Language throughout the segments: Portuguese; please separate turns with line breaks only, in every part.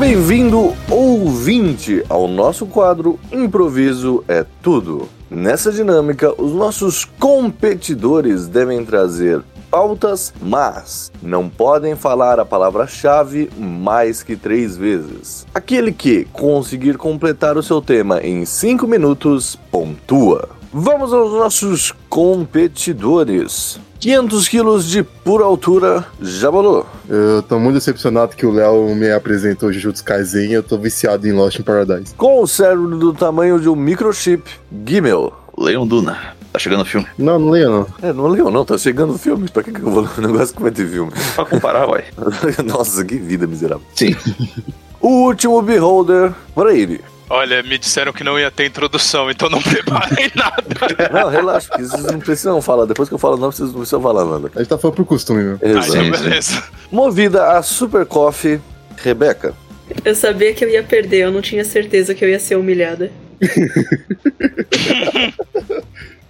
bem-vindo, ouvinte, ao nosso quadro Improviso é Tudo. Nessa dinâmica, os nossos competidores devem trazer pautas, mas não podem falar a palavra-chave mais que três vezes. Aquele que conseguir completar o seu tema em cinco minutos, pontua. Vamos aos nossos competidores. 500 quilos de pura altura, Jabalô.
Eu tô muito decepcionado que o Léo me apresentou Jujutsu Kaisen e eu tô viciado em Lost in Paradise.
Com o cérebro do tamanho de um microchip, Gimel.
Leiam Duna. Tá chegando o filme.
Não, não leio não.
É, não leu não, tá chegando o filme. Pra que, que eu vou ler um negócio que vai ter filme?
Pra comparar, uai.
Nossa, que vida miserável.
Sim.
O último Beholder, para ele.
Olha, me disseram que não ia ter introdução, então não preparei nada.
Não, relaxa, porque vocês não precisam falar. Depois que eu falo não, vocês não precisam falar nada.
A gente tá falando pro costume, meu.
Aí,
Sim, sim.
beleza.
Movida a Super Coffee, Rebeca.
Eu sabia que eu ia perder, eu não tinha certeza que eu ia ser humilhada.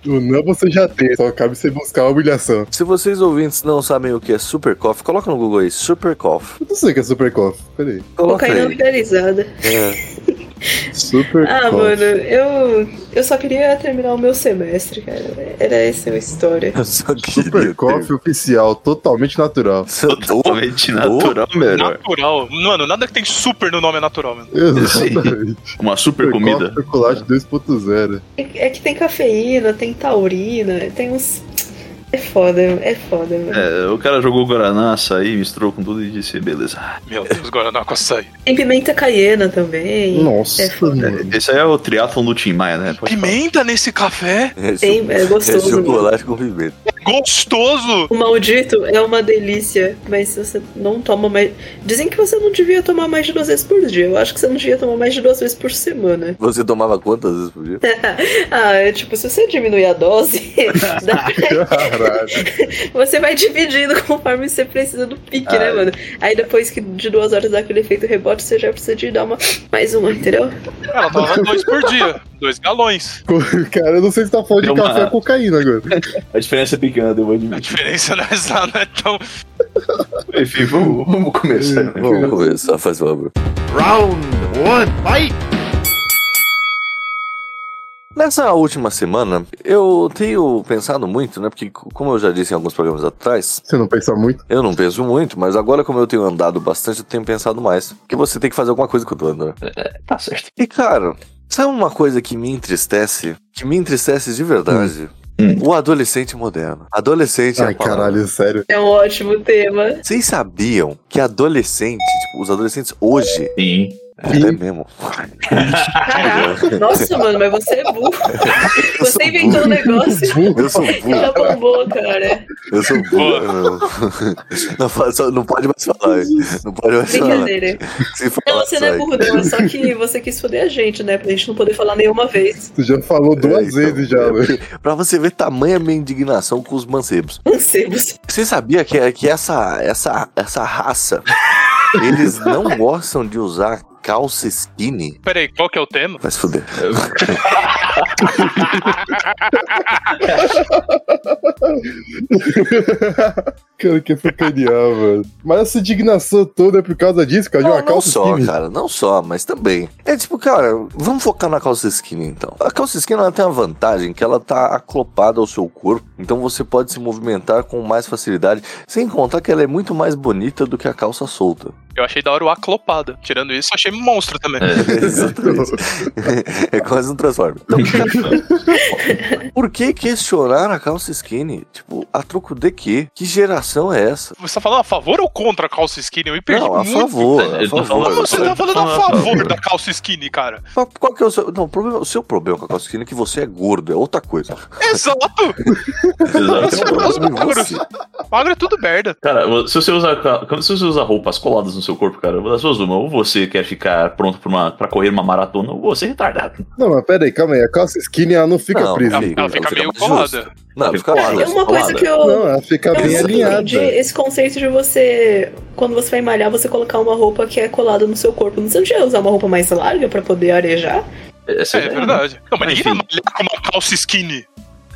O não você já tem, só cabe você buscar a humilhação.
Se vocês ouvintes não sabem o que é Super Coffee, coloca no Google aí, Super Coffee.
Eu não sei o que é Super Coffee. Peraí.
Coloca
Cocaína
aí.
vulgarizada.
É.
Super
Ah,
Coffee.
mano, eu, eu só queria terminar o meu semestre, cara. Era essa a história.
Eu só
Super
queria
Coffee
ter-
oficial, totalmente natural.
Totalmente natural, melhor.
Natural. Mano, nada que tem super no nome é natural, mano.
Exatamente.
Uma super comida.
Coffee chocolate 2.0.
É, é que tem cafeína, tem taurina, tem uns. É foda, é foda, mano.
É, o cara jogou Guaraná, açaí, misturou com tudo e disse, beleza.
Meu Deus, Guaraná com açaí.
Tem pimenta caiena também.
Nossa,
É foda.
mano.
Esse aí é o triatlon do Tim Maia, né? Pode falar.
Pimenta nesse café?
É,
Tem,
cho-
é gostoso,
É chocolate com pimenta.
Gostoso!
O maldito é uma delícia, mas se você não toma mais. Dizem que você não devia tomar mais de duas vezes por dia. Eu acho que você não devia tomar mais de duas vezes por semana.
Você tomava quantas vezes por dia?
Ah, é tipo, se você diminuir a dose, dá-
Caralho.
você vai dividindo conforme você precisa do pique,
Ah,
né, mano? Aí depois que de duas horas dá aquele efeito rebote, você já precisa de dar uma mais uma, entendeu?
Ela tava dois por dia. Dois galões.
Cara, eu não sei se tá falando
Deu
de
uma-
café ou cocaína agora.
A diferença é pequena, devo
A
admitir.
diferença não é essa, não é tão.
Enfim, vamos, vamos começar. né?
Vamos começar, faz favor.
Round one, fight!
Nessa última semana, eu tenho pensado muito, né? Porque, c- como eu já disse em alguns programas atrás,
Você não pensa muito?
eu não penso muito, mas agora, como eu tenho andado bastante, eu tenho pensado mais. Porque você tem que fazer alguma coisa quando anda, né?
Tá certo.
E, cara, sabe uma coisa que me entristece? Que me entristece de verdade?
Hum.
O adolescente moderno. Adolescente é
Ai,
a palavra.
caralho, sério.
É um ótimo tema.
Vocês sabiam que adolescente, tipo, os adolescentes hoje,
Sim.
é mesmo?
Caraca, nossa, mano, mas você é burro. Você inventou um negócio.
Eu sou
que Já
burro,
bombou, cara.
eu sou burro. Não, não, fa- só- não pode mais falar, hein? Não pode mais falar.
Brincadeira.
Se falar
Não, você não
só
é
aí.
burro, não. É só que você quis foder a gente, né? Pra gente não poder falar nenhuma vez.
Tu já falou duas
É, então,
vezes já, né?
é,
velho.
porque- Pra você ver tamanha minha indignação com os mancebos.
Mancebos.
Você sabia que, que essa, essa, essa raça, eles não gostam de usar calça skinny?
Peraí, qual que é o tema?
Vai se fuder.
Cara, que sacanear, mano. Mas essa indignação toda é por causa disso, cara, de
Não,
uma
não
calça
só,
skinny.
cara, não só, mas também. É tipo, cara, vamos focar na calça skinny então. A calça skinny ela tem uma vantagem que ela tá aclopada ao seu corpo, então você pode se movimentar com mais facilidade, sem contar que ela é muito mais bonita do que a calça solta.
Eu achei da hora o aclopada. Tirando isso, eu achei monstro
é.
também.
É. Exatamente. é quase um transforme. Então, cara, por que questionar a calça skinny? Tipo, a troco de quê? Que geração é essa?
Você tá falando a favor ou contra a calça skinny? Eu me perdi
Não, a
muito.
favor, a
Eu tô
favor.
falando-
Como você tá falando a
Ah, tá.
favor da calça skinny, cara?
Qual- Qual que é o seu. Não, o, problema, o seu problema com a calça skinny é que você é gordo, é outra coisa.
Exato!
Exato.
Você usa
Em
magro.
você.
Magro é tudo merda.
Cara, se você usar se você usar roupas coladas no seu corpo, cara, uma das suas uma, ou você quer ficar pronto pra, uma, pra correr uma maratona, ou você é retardado.
Não, mas pera aí, calma aí. A calça skinny, ela não fica
Não,
presa.
não. Sim,
Ela fica
fica
meio
mais justo.
colada.
Não, fica lá.
É uma coisa que eu.
Não, ela fica
eu
Tá bem
não
alinhada.
entendi esse conceito de você, quando você vai malhar, você colocar uma roupa que é colada no seu corpo. Você não devia usar uma roupa mais larga pra poder arejar?
Essa é
É, é verdade. Não, mas ninguém vai
Enfim.
malhar com uma calça skinny.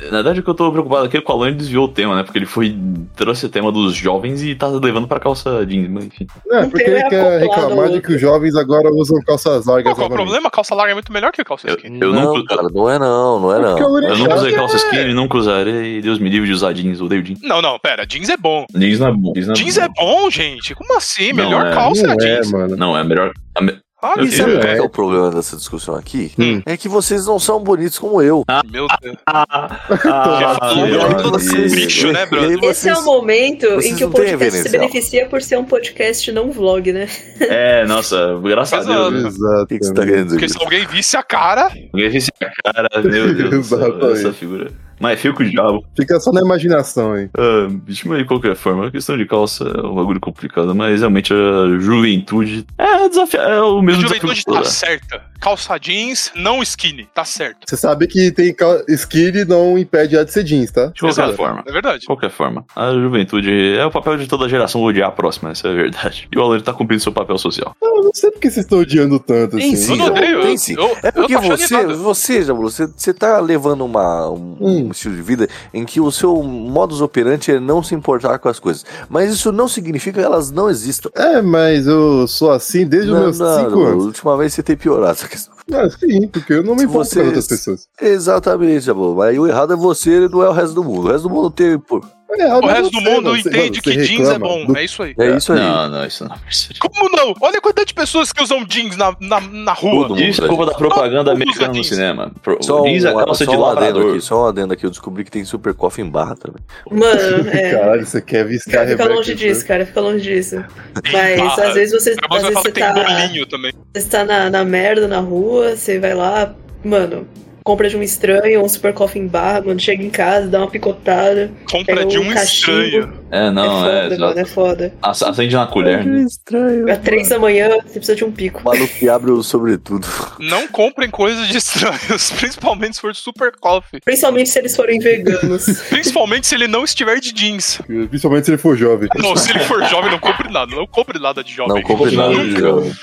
Na verdade, o que eu tô preocupado aqui é que o Alan desviou o tema, né? Porque ele foi. trouxe o tema dos jovens e tá levando pra calça jeans, mas enfim.
É,
Não
porque
tem
ele quer
acoplado
reclamar de que os jovens agora usam calças largas.
Pô, qual o
novamente.
problema? Calça larga é muito melhor que calça
Eu,
skinny.
eu
não,
não, eu,
cara, não é não, não é
Porque
não.
o
eu nunca
Orixá-
usei calça skinny, nunca usarei. Deus me livre de usar jeans, odeio jeans.
Não, não, pera. Jeans é bom.
Jeans não é bom.
Jeans é bom, gente. Como assim?
Não,
Melhor
é.
calça é
Não é,
jeans.
mano.
Não, é a melhor. a me-
Ah,
Eu
E sabe qual
meu
que
Deus.
é o problema dessa discussão aqui?
Hum.
É que vocês não são bonitos como eu.
Meu Deus.
Ah,
Já
ah,
falou,
meu
já
Deus.
falou
Vocês-
bicho, né, brother?
e aí
Esse é
vocês-
o momento
vocês
em que o
não têm
podcast se
evidencial.
beneficia por ser um podcast não vlog, né?
É, nossa, graças a
Exato.
Deus. né?
O que que você tá querendo dizer?
Porque se alguém visse a cara,
Ninguém vê esse cara, meu Deus. do céu,
Exatamente.
essa figura. Mas fica o diabo.
Fica só na imaginação, hein?
Ah, bicho, mas de qualquer forma, a questão de calça é um bagulho complicado, mas realmente a juventude é, desafi- é o
a
mesmo
juventude
desafio.
tá certa. Calça jeans, não skinny. Tá certo.
Você sabe que tem cal- skinny não impede a de ser jeans, tá?
De qualquer
Exato.
forma.
É verdade.
De qualquer forma, a juventude é o papel de toda geração odiar a próxima, essa é a verdade. E o Alan tá cumprindo seu papel social.
Eu não sei porque vocês estão odiando tanto,
Tem
assim.
sim,
Eu não odeio.
tem
eu-
sim.
eu-
É porque
eu tô achando
você,
irado.
você, Jabulo, você, você tá levando uma, um, um
Hum.
estilo de vida em que o seu modus operandi é não se importar com as coisas. Mas isso não significa que elas não existam.
É, mas eu sou assim desde os
Não,
meus
não,
5 anos.
Última vez você tem piorado essa questão.
Ah, sim, porque eu não me importo
Vocês-
com outras pessoas.
Exatamente, Jabulo. Mas o errado é você e não é o resto do mundo. O resto do mundo tem. pô,
É errado
O resto
você,
do mundo
mano. Você-
entende
mano, você
que jeans é
reclama
bom.
do-
É isso aí.
É isso aí.
Não, não, isso não. é
Como não? Olha a quantidade de pessoas que usam jeans na, na, na rua.
Todo mundo.
Desculpa é da propaganda
Todo mundo
americana no
diz.
cinema. Pro,
Só um,
diz a calça
só
de
um adendo
lavrador.
aqui, só um adendo aqui. Eu descobri que tem super coffee em barra também.
Mano, é.
Caralho, você quer visitar a
Fica
Rebeca,
longe
né?
disso, cara, fica longe disso. Mas
barra.
às vezes você,
Agora você vai
às vezes
falar
você
que tem
tá,
bolinho também.
você tá na, na merda na rua, você vai lá, mano, compra de um estranho, um super coffin bar, mano, chega em casa, dá uma picotada,
Compra
pega
de
um,
um
cachimbo.
estranho.
É, não,
é
é.
foda, mano, é foda.
Ac- Acende na colher. né?
estranho.
Às É três da manhã, você precisa de um pico.
O maluco que abre o sobretudo.
Não comprem coisas de estranhos, principalmente se for super coffee.
Principalmente se eles forem veganos.
Principalmente se ele não estiver de jeans.
Principalmente se ele for jovem.
Não, se ele for jovem, não compre nada. Não compre nada de jovem.
Não compre nada de jovem.
né?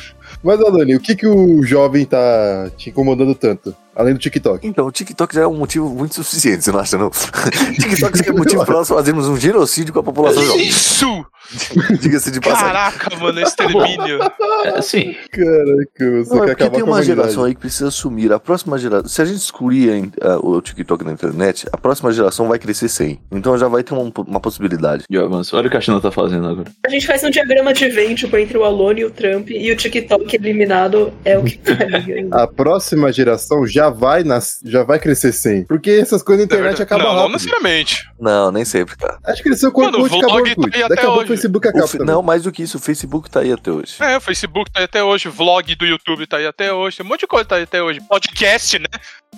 Mas, Alane, o que, que o jovem tá te incomodando tanto? Além do TikTok.
Então, o TikTok já é um motivo muito suficiente, você não acha, não? TikTok seria motivo para nós fazermos um genocídio com a população jovem.
Isso!
Diga-se de passagem.
Caraca, mano, extermínio.
É, sim.
Caraca, você
Não,
quer
é porque tem
acabar com a
uma
humanidade.
geração aí que precisa assumir. A próxima geração. Se a gente excluir a in- a- o TikTok da internet, a próxima geração vai crescer sem. Então já vai ter uma, uma possibilidade.
De avanço. Olha o que a China tá fazendo agora.
A gente faz um diagrama de Venture entre o Alone e o Trump e o TikTok eliminado é o que tá ligando.
A próxima geração já vai, nas... já vai crescer sem. Porque essas coisas na internet acabam
É não, não
rápido.
necessariamente.
Não, nem sempre, cara.
Acho que cresceu com o
Mano,
Orkut,
o
acabou o
vlog tá
Orkut.
aí até
Daqui a pouco o
hoje.
Facebook
O
acaba
fe-
É também.
Não, mais do que isso, o Facebook tá aí até hoje.
É, o Facebook tá aí até hoje, vlog do YouTube tá aí até hoje, tem um monte de coisa tá aí até hoje. Podcast, né?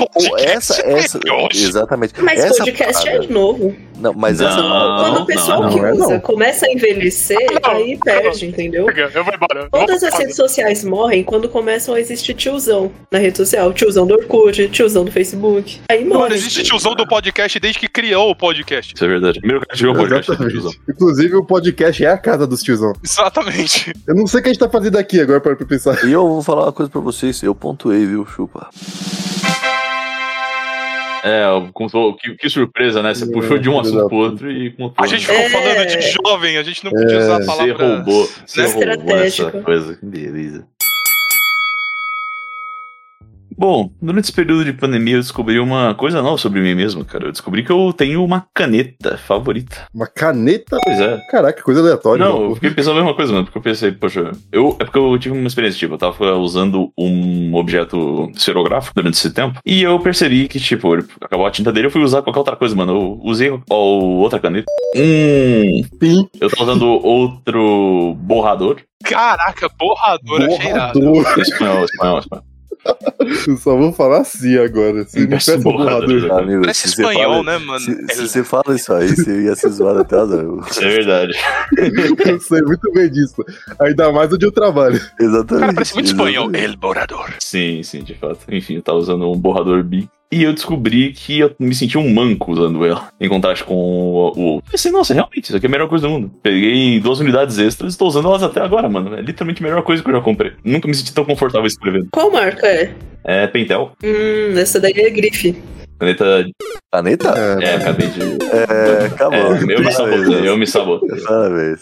Ou essa,
tá aí
essa.
hoje.
Exatamente.
Mas
Ah, essa
podcast
parada-
é novo.
Não, mas essa.
Não,
Quando o pessoal
não,
que
não é
usa
não.
começa a envelhecer,
Ah, não.
aí perde, entendeu?
Eu vou embora.
Todas as redes sociais morrem quando começam a existir tiozão na rede social. Tiozão do Orkut, tiozão do Facebook. Aí
Mano,
morre.
existe tiozão do podcast desde que criou o podcast.
Isso é verdade. Primeiro que a gente viu o podcast.
é
né,
Exatamente.
tiozão?
Inclusive, o podcast é a casa dos tiozão.
Exatamente.
Eu não sei o que a gente tá fazendo aqui agora pra pra pensar.
E eu vou falar uma coisa pra vocês, eu pontuei, viu, chupa.
É, o- como tu falou, que, que surpresa, né? Você
Meu
puxou de um
Deus
assunto
da
pro outro e contou.
A gente
né?
ficou
É.
falando de jovem, a gente não podia usar a
Você
palavra.
roubou. Você roubou
Estratégico.
essa coisa. Que beleza. Bom, durante esse período de pandemia eu descobri uma coisa nova sobre mim mesmo, cara. Eu descobri que eu tenho uma caneta favorita.
Uma caneta?
Pois é.
Caraca, que coisa aleatória.
Não, eu
mano.
fiquei pensando a mesma coisa, mano. Porque eu pensei, poxa, eu. É porque eu tive uma experiência, tipo, eu tava usando um objeto esferográfico durante esse tempo. E eu percebi que, tipo, ele- acabou a tinta dele, eu fui usar qualquer outra coisa, mano. Eu usei ó, outra caneta. Hum.
Sim.
Eu tava usando outro borrador.
Caraca, borrador, achei irado.
Borrador.
Espanhol, espanhol, espanhol.
Eu só vou falar assim agora. Se me
Parece
peça um borrador.
Meu amigo,
Parece
se você
espanhol,
fala-
né, mano?
Se, se você fala isso aí, você ia se zoar até as
Isso é verdade.
Eu sei muito bem disso. Ainda mais onde eu trabalho.
Exatamente.
O cara parece muito espanhol.
exatamente.
El borrador.
Sim, sim, de fato. Enfim, eu tava usando um borrador bi. E eu descobri que eu me senti um manco usando ela, em contraste com o o outro. Pensei, nossa, realmente, isso aqui é a melhor coisa do mundo. Peguei duas unidades extras e tô usando elas até agora, mano. É literalmente a melhor coisa que eu já comprei. Nunca me senti tão confortável escrevendo.
Qual marca é?
É Pentel.
Hum, essa daí é grife.
Caneta.
Planeta?
É,
É, acabei de.
É, acabou.
É, eu me
um
sabotei, eu me sabotei.
Parabéns.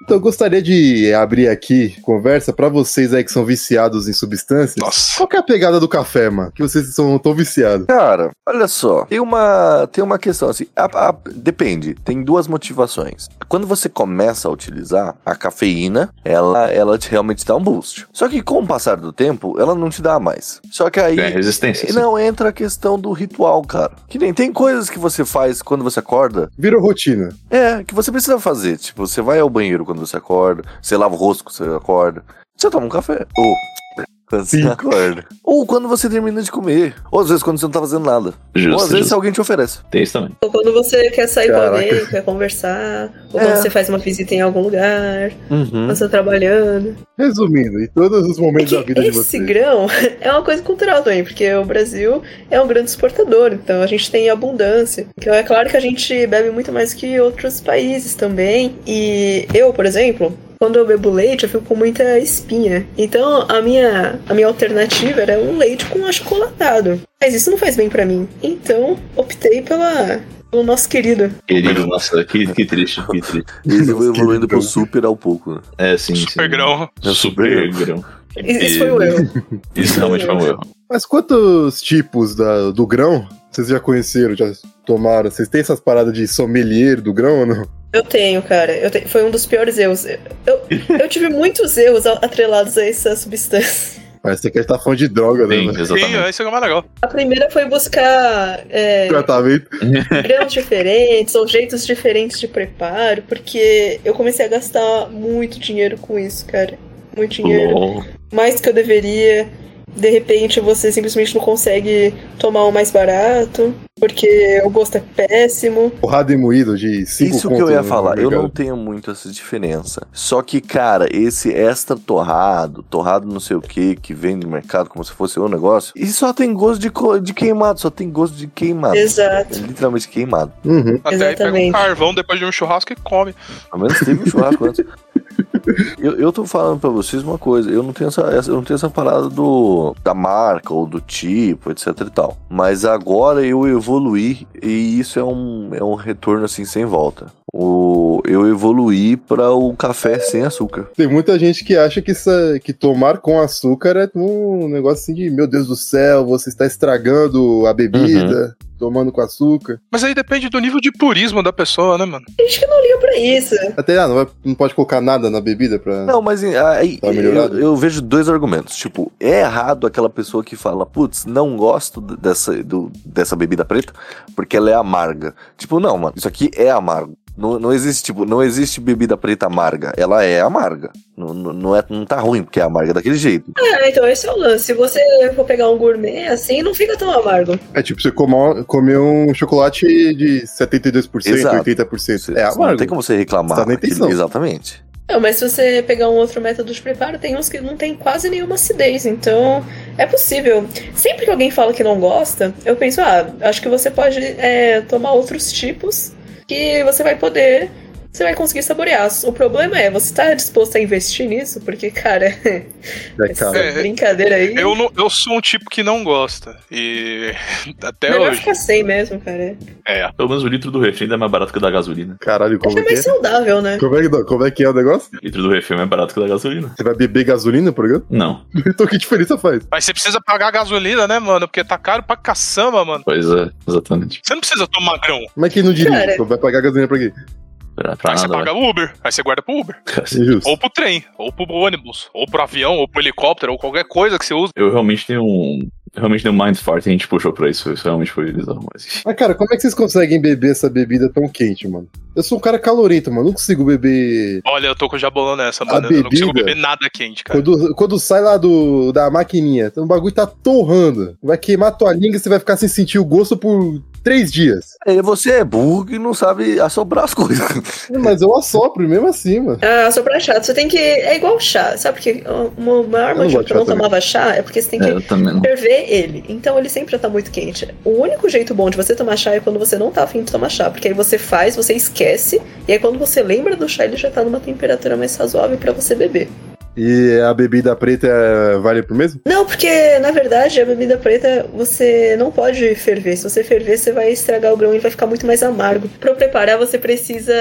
Então, eu gostaria de abrir aqui conversa pra vocês aí que são viciados em substâncias.
Nossa.
Qual que é a pegada do café, mano? Que vocês são tão viciados.
Cara, olha só, tem uma, tem uma questão assim, a- a- depende, tem duas motivações. Quando você começa a utilizar a cafeína, ela, ela te, realmente dá um boost. Só que com o passar do tempo, ela não te dá mais. Só que aí
É, resistência.
e
sim.
não entra a questão do ritual, cara. Que nem tem coisas que você faz quando você acorda,
Virou rotina.
é, que você precisa fazer. Tipo, você vai ao banheiro quando você acorda, você lava o rosto quando você acorda, você toma um café. Ou quando você
Sim.
acorda. Ou quando você termina de comer. Ou às vezes quando você não tá fazendo nada. Ou às
Justo,
vezes
justo.
alguém te oferece.
Tem isso também.
Ou quando você quer sair com
Caraca.
alguém, quer conversar, ou
É.
quando você faz uma visita em algum lugar,
Hum?
Uhum.
quando você tá trabalhando.
Resumindo, em todos os
É
momentos da
que
vida de
esse
vocês.
grão é uma coisa cultural também, porque o Brasil é um grande exportador, então a gente tem abundância. Então é claro que a gente bebe muito mais que outros países também. E eu, por exemplo, quando eu bebo leite, eu fico com muita espinha. Então a minha, a minha alternativa era um leite com achocolatado. Mas isso não faz bem pra mim. Então optei pela pelo nosso querido.
Querido, nossa, que, que triste, que triste.
Eles vão
Nossa, que
evoluindo pro
lindo.
super ao pouco. né?
É, sim.
Super
sim.
grão.
É o
Super
super
grão.
Isso foi o eu.
Isso realmente foi um erro.
Mas quantos tipos da- do grão vocês já conheceram, já tomaram? Vocês têm essas paradas de sommelier do grão ou não?
Eu tenho, cara. Eu te- Foi um dos piores erros. Eu, eu tive muitos erros a- atrelados a essa substância.
Parece que a gente tá falando de droga, né?
Tem,
mano?
Sim,
exatamente.
isso é o mais legal.
A primeira foi buscar é,
Tratamento.
grãos diferentes ou jeitos diferentes de preparo, porque eu comecei a gastar muito dinheiro com isso, cara. Muito dinheiro.
Lol.
Mais do que eu deveria. De repente você simplesmente não consegue tomar o mais barato, porque o gosto é péssimo.
Porrada e moído de cinco né, tá
Isso que eu
conto
ia
no
falar. Eu não
mercado.
tenho muito essa diferença. Só que, cara, esse extra torrado, torrado não sei o que, que vem do mercado como se fosse um negócio, e só tem gosto de, co- de queimado, só tem gosto de queimado. É
Exato.
Literalmente queimado.
Uhum.
Até aí pega um
Exatamente.
carvão depois de um churrasco e come.
Pelo menos teve um churrasco antes. Eu, eu tô falando pra vocês uma coisa, eu não tenho essa, essa- eu não tenho essa parada do, da marca ou do tipo, etc e tal. Mas agora eu evoluí e isso é um, é um retorno assim sem volta. O, eu evoluí pra o café sem açúcar.
Tem muita gente que acha que, essa- que tomar com açúcar é um negócio assim de meu Deus do céu, você está estragando a bebida, tomando com açúcar.
Mas aí depende do nível de purismo da pessoa, né, mano?
Tem gente que não liga pra isso.
Até ah, não, vai- não pode colocar nada na bebida pra.
Não, mas em- aí,
Tá melhorado?
eu, eu vejo dois argumentos. Tipo, é errado aquela pessoa que fala, putz, não gosto d- dessa, do- dessa bebida preta porque ela é amarga. Tipo, não, mano, isso aqui é amargo. Não, não existe, tipo, não existe bebida preta amarga. Ela é amarga. Não, não, não é, não tá ruim porque é amarga daquele jeito.
Ah, então esse é o lance. Se você for pegar um gourmet assim, não fica tão amargo.
É tipo você comer, comer um chocolate de 72%,
Exato.
80%.
Você-
É
Não tem
amargo.
como você reclamar.
Você tá na
daquele-
intenção.
exatamente.
Não, mas se você pegar um outro método de preparo, tem uns que não tem quase nenhuma acidez, então é possível. Sempre que alguém fala que não gosta, eu penso, ah, acho que você pode é, tomar outros tipos que você vai poder, você vai conseguir saborear. O problema é, você tá disposto a investir nisso? Porque, cara,
É, cara.
essa brincadeira aí,
Eu, não, eu sou um tipo que não gosta. E até
melhor
hoje.
ficar sem mesmo, cara.
É.
Pelo menos o litro do refri ainda é mais barato que o da gasolina.
Caralho,
Acho
como
que
é
é
que
mais
é?
saudável, né?
Como é que, não, como é que é o negócio?
O litro do refri é mais barato que o da gasolina.
Você vai beber gasolina, por exemplo?
Não.
Então que diferença faz?
Mas você precisa pagar a gasolina, né, mano? Porque tá caro pra caçamba, mano.
Pois é, exatamente.
Você não precisa tomar grão.
Mas quem não dirige?
Cara.
Então Vai pagar gasolina pra quê?
Pra, pra
Aí você
nada, né? Assim,
paga o Uber. Aí você guarda pro Uber.
velho.
Injusto.
Ou pro trem, ou pro ônibus, ou pro avião, ou pro helicóptero, ou qualquer coisa que você use.
Eu realmente tenho um. Eu realmente tenho um mind fart e a gente puxou pra isso. Isso realmente foi bizarro. Mas...
Mas, cara, como é que vocês conseguem beber essa bebida tão quente, mano? Eu sou um cara calorento, mano. Não consigo beber.
Olha, eu tô com o jabolão nessa, mano. eu não consigo
bebida-
beber nada quente, cara.
Quando, quando sai lá do, da maquininha, então o bagulho tá torrando. Vai queimar tua língua e você vai ficar sem sentir o gosto por três dias.
É, Você é burro e não sabe assobrar as coisas.
Mas eu assopro mesmo assim, mano.
Ah, só pra chá, você tem que. É igual chá, sabe? Porque o maior
gosto
motivo
de
que eu
chá
não
também.
tomava chá é porque você tem que
É, eu também não.
ferver ele. Então ele sempre tá muito quente. O único jeito bom de você tomar chá é quando você não tá afim de tomar chá. Porque aí você faz, você esquece. E aí quando você lembra do chá, ele já tá numa temperatura mais razoável pra você beber.
E a bebida preta é, vale pro mesmo?
Não, porque na verdade a bebida preta você não pode ferver. Se você ferver, você vai estragar o grão e vai ficar muito mais amargo. Pra preparar, você precisa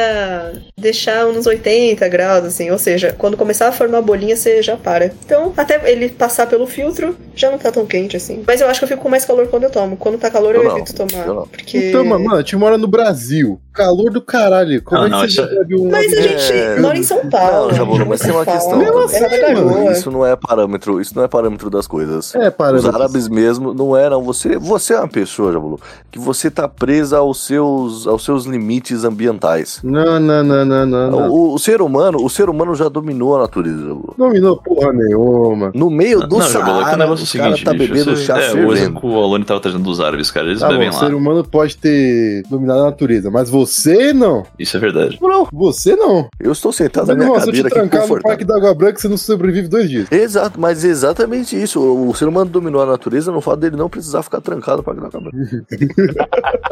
deixar uns 80 graus, assim. Ou seja, quando começar a formar bolinha, você já para. Então, até ele passar pelo filtro, já não tá tão quente assim. Mas eu acho que eu fico com mais calor quando eu tomo. Quando tá calor, eu,
Eu não,
evito tomar.
eu não.
Porque.
Então, mano, a gente mora no Brasil. Calor do caralho. Como
Ah,
é que
não,
você
isso-
bebe um.
Mas a
É,
gente mora em São Paulo. né?
Não, Jaburu, mas tem uma
São
questão.
Paulo,
Mesmo
é na
assim,
garoa.
mano,
Isso não é parâmetro, isso não é parâmetro das coisas.
É, para.
Os árabes mesmo não eram. Você, você é uma pessoa, Jabulu, que você tá presa aos seus, aos seus limites ambientais.
Não, não, não, não, não. não.
É O, o ser humano, o ser humano já dominou a natureza, Jabulu.
Dominou porra nenhuma.
No meio do
Jabulu, é que
Saara, o, cara tá
bicho,
bebendo
você-
chá
é, o exemplo
fervendo.
que o Alone tava trazendo dos árabes, cara, eles
Tá bom,
bebem
o
lá.
ser humano pode ter dominado a natureza, mas você não.
Isso é verdade.
Não,
Você não.
eu estou sentado na
Tá
Você
minha
não, se eu te
cadeira aqui
trancar no Parque
confortável.
da Água Branca, você não sobrevive dois dias.
Exato, mas exatamente isso. O ser humano dominou a natureza no fato dele não precisar ficar trancado para dar cabra.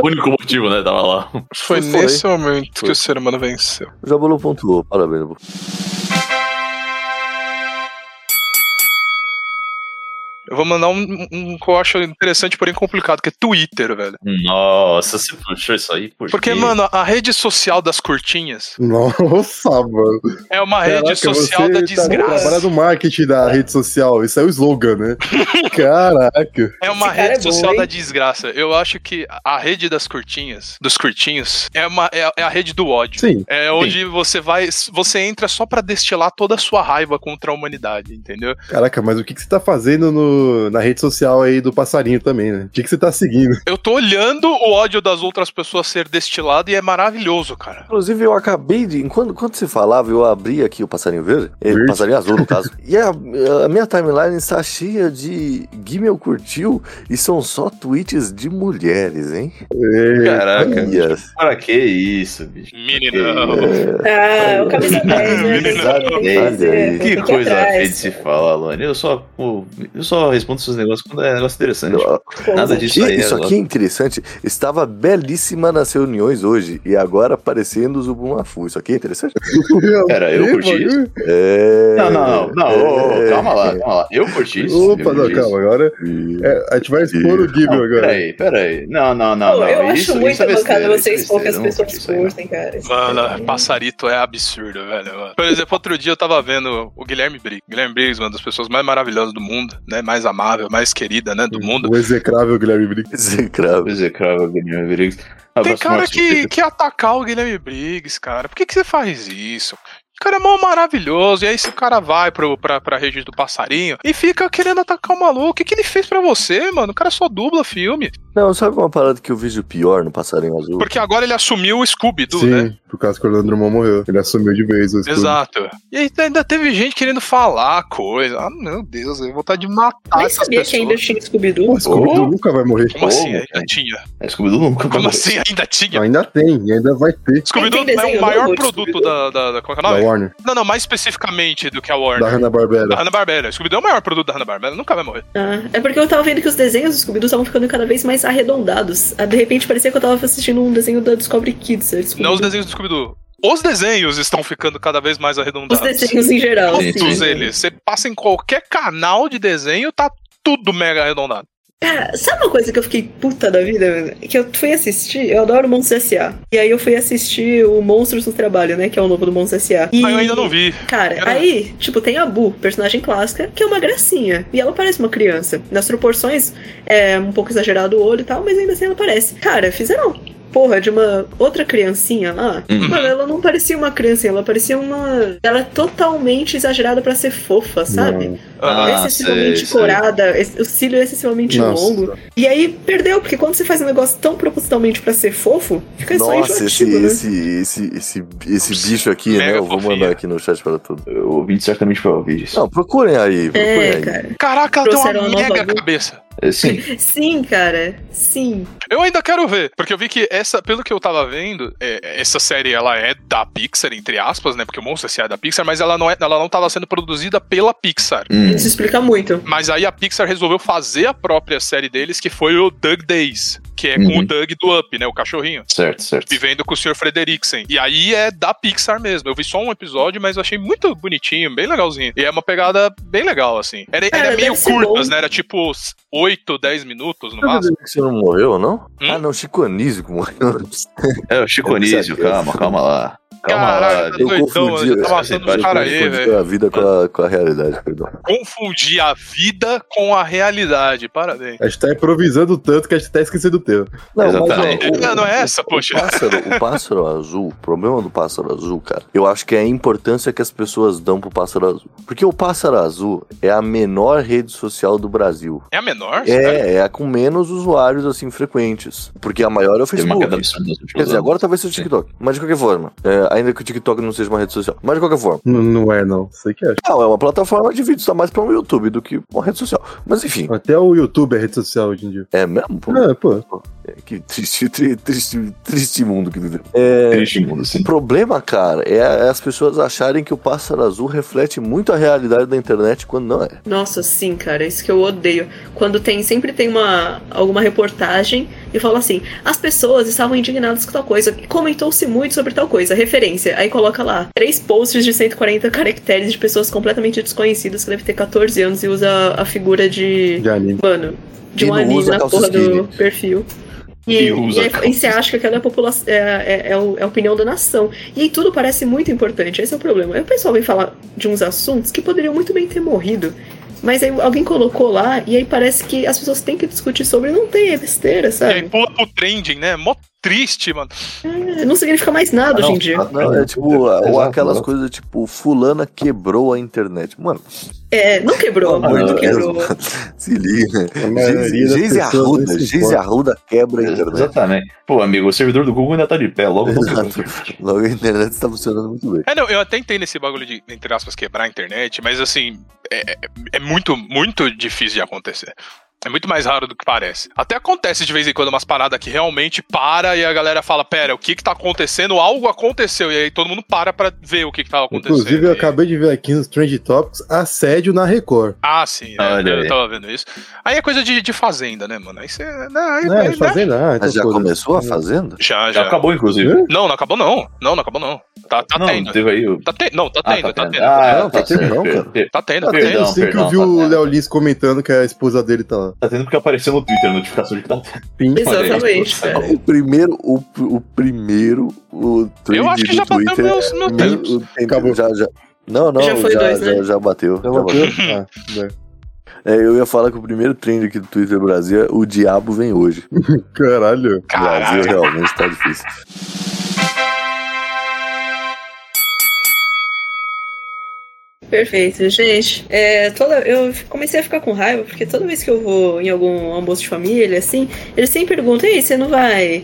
O único motivo, né, tava lá.
Foi
Foi.
nesse momento
Foi.
que o ser humano venceu.
O Jabulu pontuou, parabéns. Jabulu.
Eu vou mandar um, um que eu acho interessante, porém complicado, que é Twitter, velho.
Nossa, você puxou isso aí, por
Porque,
quê?
mano, a rede social das curtinhas
Nossa, mano.
é uma
Caraca,
rede social
você
da
tá no
desgraça.
trabalho do marketing da rede social. Isso é o slogan, né? Caraca.
É uma
Esse cara
rede
é bom,
social
hein?
da desgraça. Eu acho que a rede das curtinhas, dos curtinhos, é, uma, é, a- é a rede do ódio.
Sim.
É onde você vai, você entra só pra destilar toda a sua raiva contra a humanidade, entendeu?
Caraca, mas o que, que você tá fazendo no- na rede social aí do passarinho também, né? O que, que você tá seguindo?
Eu tô olhando o ódio das outras pessoas ser destilado e é maravilhoso, cara.
Inclusive, eu acabei de. Enquanto, enquanto você falava, eu abri aqui o passarinho verde. eh,
Verde.
passarinho azul, no caso. e a, a minha timeline está cheia de Gui meu curtiu e são só tweets de mulheres, hein?
Caraca.
Olha,
Pra que isso, bicho?
Menina.
Ah, o camisa 10, né?
Menina,
Tem que
olha
fazer,
aí.
tem
Que
ir
coisa
atrás.
feia de se falar, Alone. Eu só, pô, eu só respondo esses negócios quando é negócio interessante.
Pô,
Nada
Isso,
disso aí.
isso aqui é interessante. Estava belíssima nas reuniões hoje e agora parecendo o Zubumafu. Isso aqui é interessante?
Cara, eu curti isso.
É...
Não, não, não. não ô, ô,
é-
calma lá, calma lá. Eu curti isso. eu
Opa, não,
curti isso.
calma, agora
É,
é, a gente vai expor o Gibbon
Não,
agora.
peraí, peraí. Não, não, não.
Pô,
não.
eu
isso,
acho muito
isso é besteira,
bancada vocês
isso é besteira,
poucas
eu não
pessoas
curti isso aí, não.
curtem, cara. Isso é-
Mano, passarito é absurdo, velho. mano. Por exemplo, outro dia eu tava vendo o Guilherme Briggs. Guilherme Briggs, uma das pessoas mais maravilhosas do mundo, né? Mais amável, mais querida, né? Do mundo.
O execrável Guilherme Briggs.
Execrável.
Pois é, cravo, Guilherme Rodrigues.
Tem
Tá
Abraço,
cara
Marcos
que
Peter.
quer atacar o Guilherme Briggs, cara. Por que, que você faz isso? O cara é mó maravilhoso. E aí esse cara vai pro, pra, pra rede do passarinho e fica querendo atacar o maluco. O que, que ele fez pra você, mano? O cara só dubla filme.
Não, sabe uma parada que eu vejo pior no passarinho azul?
Porque agora ele assumiu o Scooby-Doo,
Sim,
né?
por causa que o Orlando Drummond morreu. Ele assumiu de vez o escudo.
Exato. E aí ainda teve gente querendo falar coisa. Ah, meu Deus, eu vontade de matar
Nem
essas
sabia
pessoas.
que ainda tinha Scooby-Doo.
Pô, Scooby-Doo
Oh.
nunca vai morrer.
Como assim?
Como,
Ainda
cara?
tinha.
É, Scooby-Doo nunca vai
Como
morrer.
assim? Ainda tinha.
Ainda tem, e ainda vai ter.
Scooby-Doo
Tem
é
desenho
o maior
novo de
produto
Scooby-Doo?
da, da, da. Qual que é
Da
o nome?
Warner,
Não, não, mais especificamente do que a Warner.
da
Da
Hanna-Barbera.
Hanna-Barbera. Scooby-Doo é o maior produto da Hanna-Barbera, nunca vai morrer.
Ah, é porque eu tava vendo que os desenhos do Scooby-Doo estavam ficando cada vez mais arredondados. Ah, de repente parecia que eu tava assistindo um desenho da Discovery Kids. é,
Não os
Scooby-Doo.
desenhos do Scooby-Doo. Os desenhos estão ficando cada vez mais
Os
arredondados.
desenhos em geral,
Sim,
Todos
assim.
sim.
eles. Você passa em qualquer canal de desenho, tá tudo mega arredondado.
Cara, sabe uma coisa que eu fiquei puta da vida? mano? Que eu fui assistir, eu adoro Monstros S.A. E aí eu fui assistir o Monstros no Trabalho, né? Que é o novo do Monstros S.A. E...
Mas Ah, eu ainda não vi.
Cara,
Cara.
aí, tipo, tem a Bu, personagem clássica, que é uma gracinha. E ela parece uma criança. Nas proporções, é um pouco exagerado o olho e tal, mas ainda assim ela parece. Cara, fizeram uma porra de uma outra criancinha lá.
Uhum.
Mano, ela não parecia uma criancinha, ela parecia uma. Ela é totalmente exagerada pra ser fofa, sabe? é
Não.
Ah,
é
sei,
excessivamente
sei.
corada, ex- o cílio é excessivamente
Nossa.
longo. E aí perdeu, porque quando você faz um negócio tão propositalmente pra ser fofo, fica é só
Nossa, esse,
enjoativo, né?
esse, esse, esse, esse
Nossa,
bicho aqui, né?
mega
Eu vou
fofinho.
mandar aqui no chat para tudo.
O ouvinte certamente vai ouvir isso.
Não, procurem aí, procurem
É,
aí.
cara.
Caraca, ela tem
Trouxeram a
uma
nova
mega
Bu.
cabeça.
É, Sim,
Sim, cara. Sim.
Eu ainda quero ver, porque eu vi que essa, pelo que eu tava vendo, é, essa série ela é da Pixar, entre aspas, né? Porque o Monstro S.A. é da Pixar, mas ela não, é, ela não tava sendo produzida pela Pixar.
Hum.
Isso explica muito.
Mas aí a Pixar resolveu fazer a própria série deles, que foi o Doug Days, que é com
Uhum.
o Doug do Up, né? O cachorrinho.
Certo, certo.
Vivendo com o Sr. Frederiksen. E aí é da Pixar mesmo. Eu vi só um episódio, mas eu achei muito bonitinho, bem legalzinho. E é uma pegada bem legal, assim. Era, era
Cara,
meio
deve ser
curtas,
bom.
né? Era tipo 8, 10 minutos no
Tá
máximo.
dizendo que você não morreu, não?
Hum?
Ah, não, Chico Anísio que morreu.
É, o Chico
Eu sabia.
Anísio, calma, calma lá. Calma lá.
Caralho,
Eu
Deus.
doidão,
confundi.
mano. Já tá matando
Eu
os caras aí,
confundi
velho.
a vida com a, com a realidade, perdão.
Confundir a vida com a realidade. Parabéns.
A gente tá improvisando tanto que a gente tá esquecendo o tema.
Não,
Exatamente.
mas, ó,
Não, não é essa, poxa.
O pássaro, o pássaro azul, o problema do pássaro azul, cara, eu acho que é a importância que as pessoas dão pro pássaro azul. Porque o pássaro azul é a menor rede social do Brasil.
É a menor? cara?
É, é a com menos usuários, assim, frequentes. Porque a maior é o
Teve uma
Facebook.
queda absurda nos últimos
Quer dizer,
anos.
agora talvez seja o TikTok. Mas de qualquer forma, é, ainda que o TikTok não seja uma rede social. Mas de qualquer forma.
Não, não é, não. Sei que é.
Não, é uma plataforma de vídeos, tá mais pra um YouTube do que uma rede social. Mas enfim,
Até o YouTube é rede social hoje em dia.
é mesmo? Pô,
Ah, pô.
É, que triste, tri- triste, triste mundo que vivemos. É,
Triste mundo, assim.
O problema, cara, é é as pessoas acharem que o pássaro azul reflete muito a realidade da internet quando não é.
Nossa, sim, cara, isso que eu odeio. Quando tem, sempre tem uma alguma reportagem e fala assim: as pessoas estavam indignadas com tal coisa, e comentou-se muito sobre tal coisa, referência. Aí coloca lá três posts de 140 caracteres de pessoas completamente desconhecidas que deve ter 14 anos e usa a figura de.
De anime.
Mano, de
E
um
não
anime
usa
na
calça
porra do
skinny.
perfil. E,
E usa
e aí-
calça
e você acha que aquela é, popula- é, é, é o- é a opinião da nação. E aí tudo parece muito importante, esse é o problema. Aí o pessoal vem falar de uns assuntos que poderiam muito bem ter morrido. Mas aí alguém colocou lá e aí parece que as pessoas têm que discutir sobre, não tem, é besteira,
E aí
sabe?
pula pro trending, né? Mó triste, mano.
É, não significa mais
Ah,
nada hoje em dia.
Não, é tipo,
Exato,
ou aquelas
exato.
coisas tipo, fulana quebrou a internet. Mano,
É, não quebrou,
Pelo amor
não
de
quebrou.
Deus, se liga.
A maioria das
Geise
pessoas nem
é Arruda,
se
Geise
importa. É,
Arruda quebra a
né?
internet.
Exatamente. né? Pô, amigo, o servidor do Google ainda tá de pé, logo não
Exato. Logo a internet está funcionando muito bem.
É, não, eu até entendo esse bagulho de, entre aspas, quebrar a internet, mas assim, é, é- é muito, muito difícil de acontecer. É muito mais raro do que parece. Até acontece de vez em quando umas paradas que realmente para e a galera fala: pera, o que que tá acontecendo? Algo aconteceu. E aí todo mundo para pra ver o que que tava acontecendo.
Inclusive, eu
E-
acabei de ver aqui nos Trend Topics assédio na Record.
Ah, sim, né?
Olha
eu
aí.
tava vendo isso. Aí é coisa de, de fazenda, né, mano? Aí você. Não, aí,
Não,
aí,
é,
né?
fazenda. Ah, então
Mas já
foda-se.
começou a fazenda?
Já,
Já
já.
acabou, inclusive.
Hã?
Não, não acabou, não. Não, não acabou, não. Tá, tá
não,
tendo.
teve aí o.
Tá te... Não, tá
Ah,
tendo, tá
tá
tendo.
tendo. Ah,
Não,
tá
tá tendo
certo,
não,
per-
cara.
per-
Tá tendo,
Ah,
tá tendo.
perdão.
Eu sei que eu
perdão,
vi
tá
o
certo.
Léo Lins comentando que a esposa dele tá lá.
Tá tendo porque apareceu no Twitter a notificação de que tá tendo.
Exatamente,
Olha aí.
cara.
O primeiro, o, o primeiro, o
Eu acho
trend
que já
do
bateu
Twitter.
meus, meus
Meu-
tempos.
o tempo
Acabou.
Já, já. Não, não, já,
Já foi dois, né?
já- já bateu. já bateu.
Ah, né.
É, eu ia falar que o primeiro trend aqui do Twitter Brasil é o diabo vem hoje.
Caralho.
O Brasil
Caralho.
realmente tá difícil.
Perfeito, gente. É, toda, eu comecei a ficar com raiva porque toda vez que eu vou em algum almoço de família, assim, eles sempre perguntam: Ei, você não vai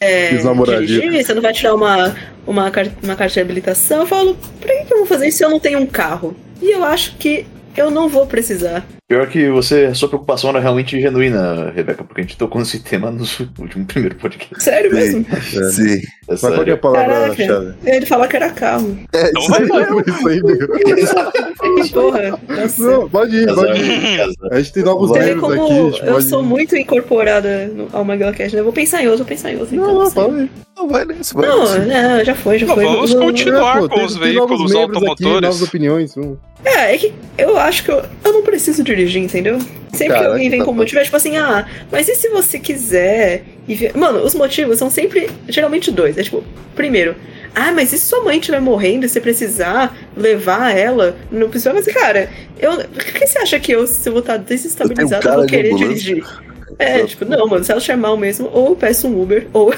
é,
Desnamoradinho.
dirigir? Você não vai tirar uma, uma, car- uma carta de habilitação? Eu falo: Pra que que eu vou fazer isso se eu não tenho um carro? E eu acho que eu não vou precisar.
Pior que você, sua preocupação era realmente genuína, Rebeca, porque a gente tocou nesse tema no último primeiro podcast.
Sério
Sim.
mesmo?
É.
Sim.
É
Mas qual que é a
sério.
palavra
Caraca.
chave?
Ele fala que era carro.
É,
Então
isso
vai
aí.
embora.
Isso aí mesmo.
Porra, nossa.
Não, pode ir,
Casar, é-
pode ir.
casar.
A gente tem novos
Você vê
livros
como
aqui. a gente
eu
pode
sou
ir.
muito incorporada no- ao MyGuillaCast, né? Eu vou pensar em outro, vou pensar em outro.
Não,
então,
não,
assim.
fala aí.
Não vai nesse, vai
Não,
nesse.
não, já foi, já
Não,
foi.
vamos
Não-
continuar.
É,
com os
tem novos
veículos
membros Aqui,
automotores.
novas opinions. vamos.
É, é que eu acho que eu, eu não preciso dirigir, entendeu? Sempre que
Caraca,
alguém vem
tá
com
bom.
motivo, é tipo assim, ah, mas e se você quiser? E vi- Mano, os motivos são sempre, geralmente dois. É tipo, primeiro, ah, mas e se sua mãe estiver morrendo e você precisar levar ela? Não precisa, mas cara, eu, por que você acha que eu, se eu vou estar
Eu
desestabilizado,
tenho
eu
cara
vou
de
querer
ambulância.
dirigir? É, tipo, não, mano, se ela chamar o mesmo, ou eu peço um Uber, ou,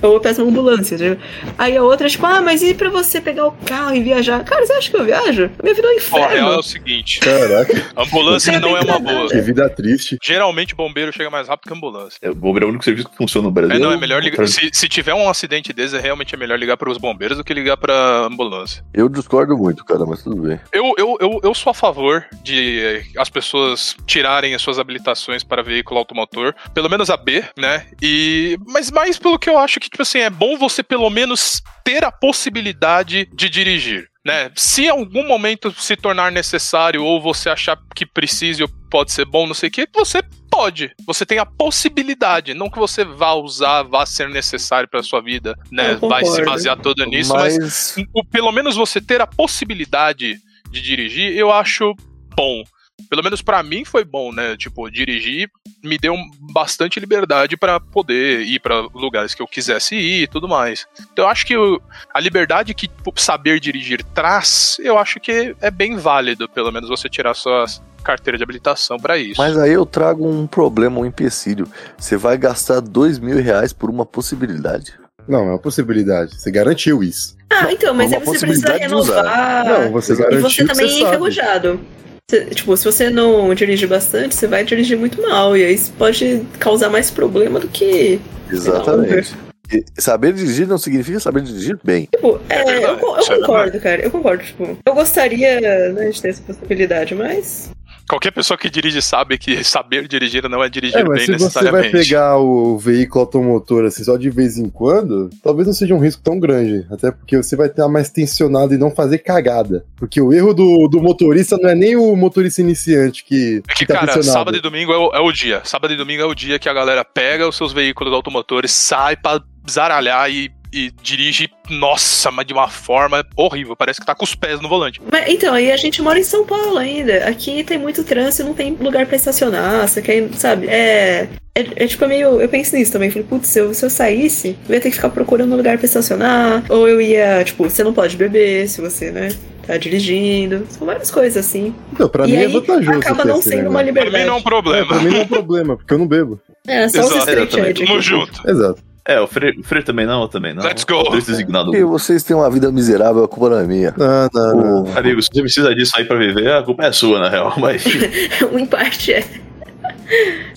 ou eu peço uma ambulância, entendeu? Aí a outra, tipo, ah, mas e pra você pegar o carro e viajar? Cara, você acha que eu viajo? Minha vida é um
Ó, a real é
inferno.
o seguinte:
Caraca,
ambulância não é uma boa.
que vida triste.
Geralmente bombeiro chega mais rápido que ambulância.
É, o bombeiro é o único serviço que funciona no Brasil.
É, não, é melhor
Pra-
ligar. Se, se tiver um acidente desse, é realmente é melhor ligar para os bombeiros do que ligar para ambulância.
Eu discordo muito, cara, mas tudo bem.
Eu, eu, eu, eu sou a favor de eh, as pessoas tirarem as suas habilitações para veículo automotor valor, pelo menos a B, né? E mas mais pelo que eu acho que tipo assim, é bom você pelo menos ter a possibilidade de dirigir. Né? Se em algum momento se tornar necessário ou você achar que precise ou pode ser bom, não sei o que, você pode. Você tem a possibilidade, não que você vá usar, vá ser necessário para sua vida, né?
Eu
Vai se
concordo.
basear todo nisso, mas o- Então, pelo menos você ter a possibilidade de dirigir, eu acho bom. Pelo menos pra mim foi bom, né? Tipo, dirigir me deu bastante liberdade pra poder ir pra lugares que eu quisesse ir e tudo mais. Então eu acho que o- a liberdade que tipo, saber dirigir traz, eu acho que é bem válido, pelo menos você tirar sua carteira de habilitação pra isso.
Mas aí eu trago um problema, um empecilho. Você vai gastar dois mil reais por uma possibilidade.
Não, é uma possibilidade. Você garantiu isso.
Ah, então, mas
Uma
aí você precisa
possibilidade de usar.
renovar.
não, você
Ah. e
garantiu.
você
que
também
você
é
sabe.
enferrujado. Você- tipo, se você não dirigir bastante, você vai dirigir muito mal. E aí isso pode causar mais problema do que.
Exatamente. E saber dirigir não significa saber dirigir bem.
Tipo, é,
verdade,
eu, co- eu
isso é
concordo, cara. Eu concordo, tipo. Eu gostaria né, de ter essa possibilidade, mas.
Qualquer pessoa que dirige sabe que saber dirigir não é dirigir
É, mas
bem
se você vai
necessariamente.
pegar o veículo automotor assim só de vez em quando, talvez não seja um risco tão grande. Até porque você vai estar mais tensionado e não fazer cagada. Porque o erro do, do motorista não é nem o motorista iniciante que,
É
que
que,
tá
cara,
tensionado.
sábado e domingo é o, é o dia. Sábado e domingo é o dia que a galera pega os seus veículos automotores, sai pra zaralhar e, e dirige, nossa, mas de uma forma horrível. Parece que tá com os pés no volante.
Mas então, aí a gente mora em São Paulo ainda. Aqui tem muito trânsito, não tem lugar pra estacionar. Você quer, ir- sabe? É. É, é tipo meio. Eu penso nisso também. Falei, putz, se eu, se eu saísse, eu ia ter que ficar procurando um lugar pra estacionar. Ou eu ia, tipo, você não pode beber se você, né? Tá dirigindo. São várias coisas assim.
Então, pra
e
mim
aí
é vantajoso.
acaba
ter
não
esse
sendo uma
negócio.
liberdade.
Pra mim não é um
É, pra
problema.
mim não é um problema, porque eu não bebo.
É, só os
Exato,
straight
exatamente.
edge.
Tamo junto.
Exato.
É, o Fre, o Fre também não, eu também não.
Let's go.
Dois
Tá
designados.
Porque vocês têm uma vida miserável, a culpa não é minha.
Não, não, não.
O-
Amigo, se você precisa disso aí pra viver, a culpa é sua, na real. Mas
Um em parte é.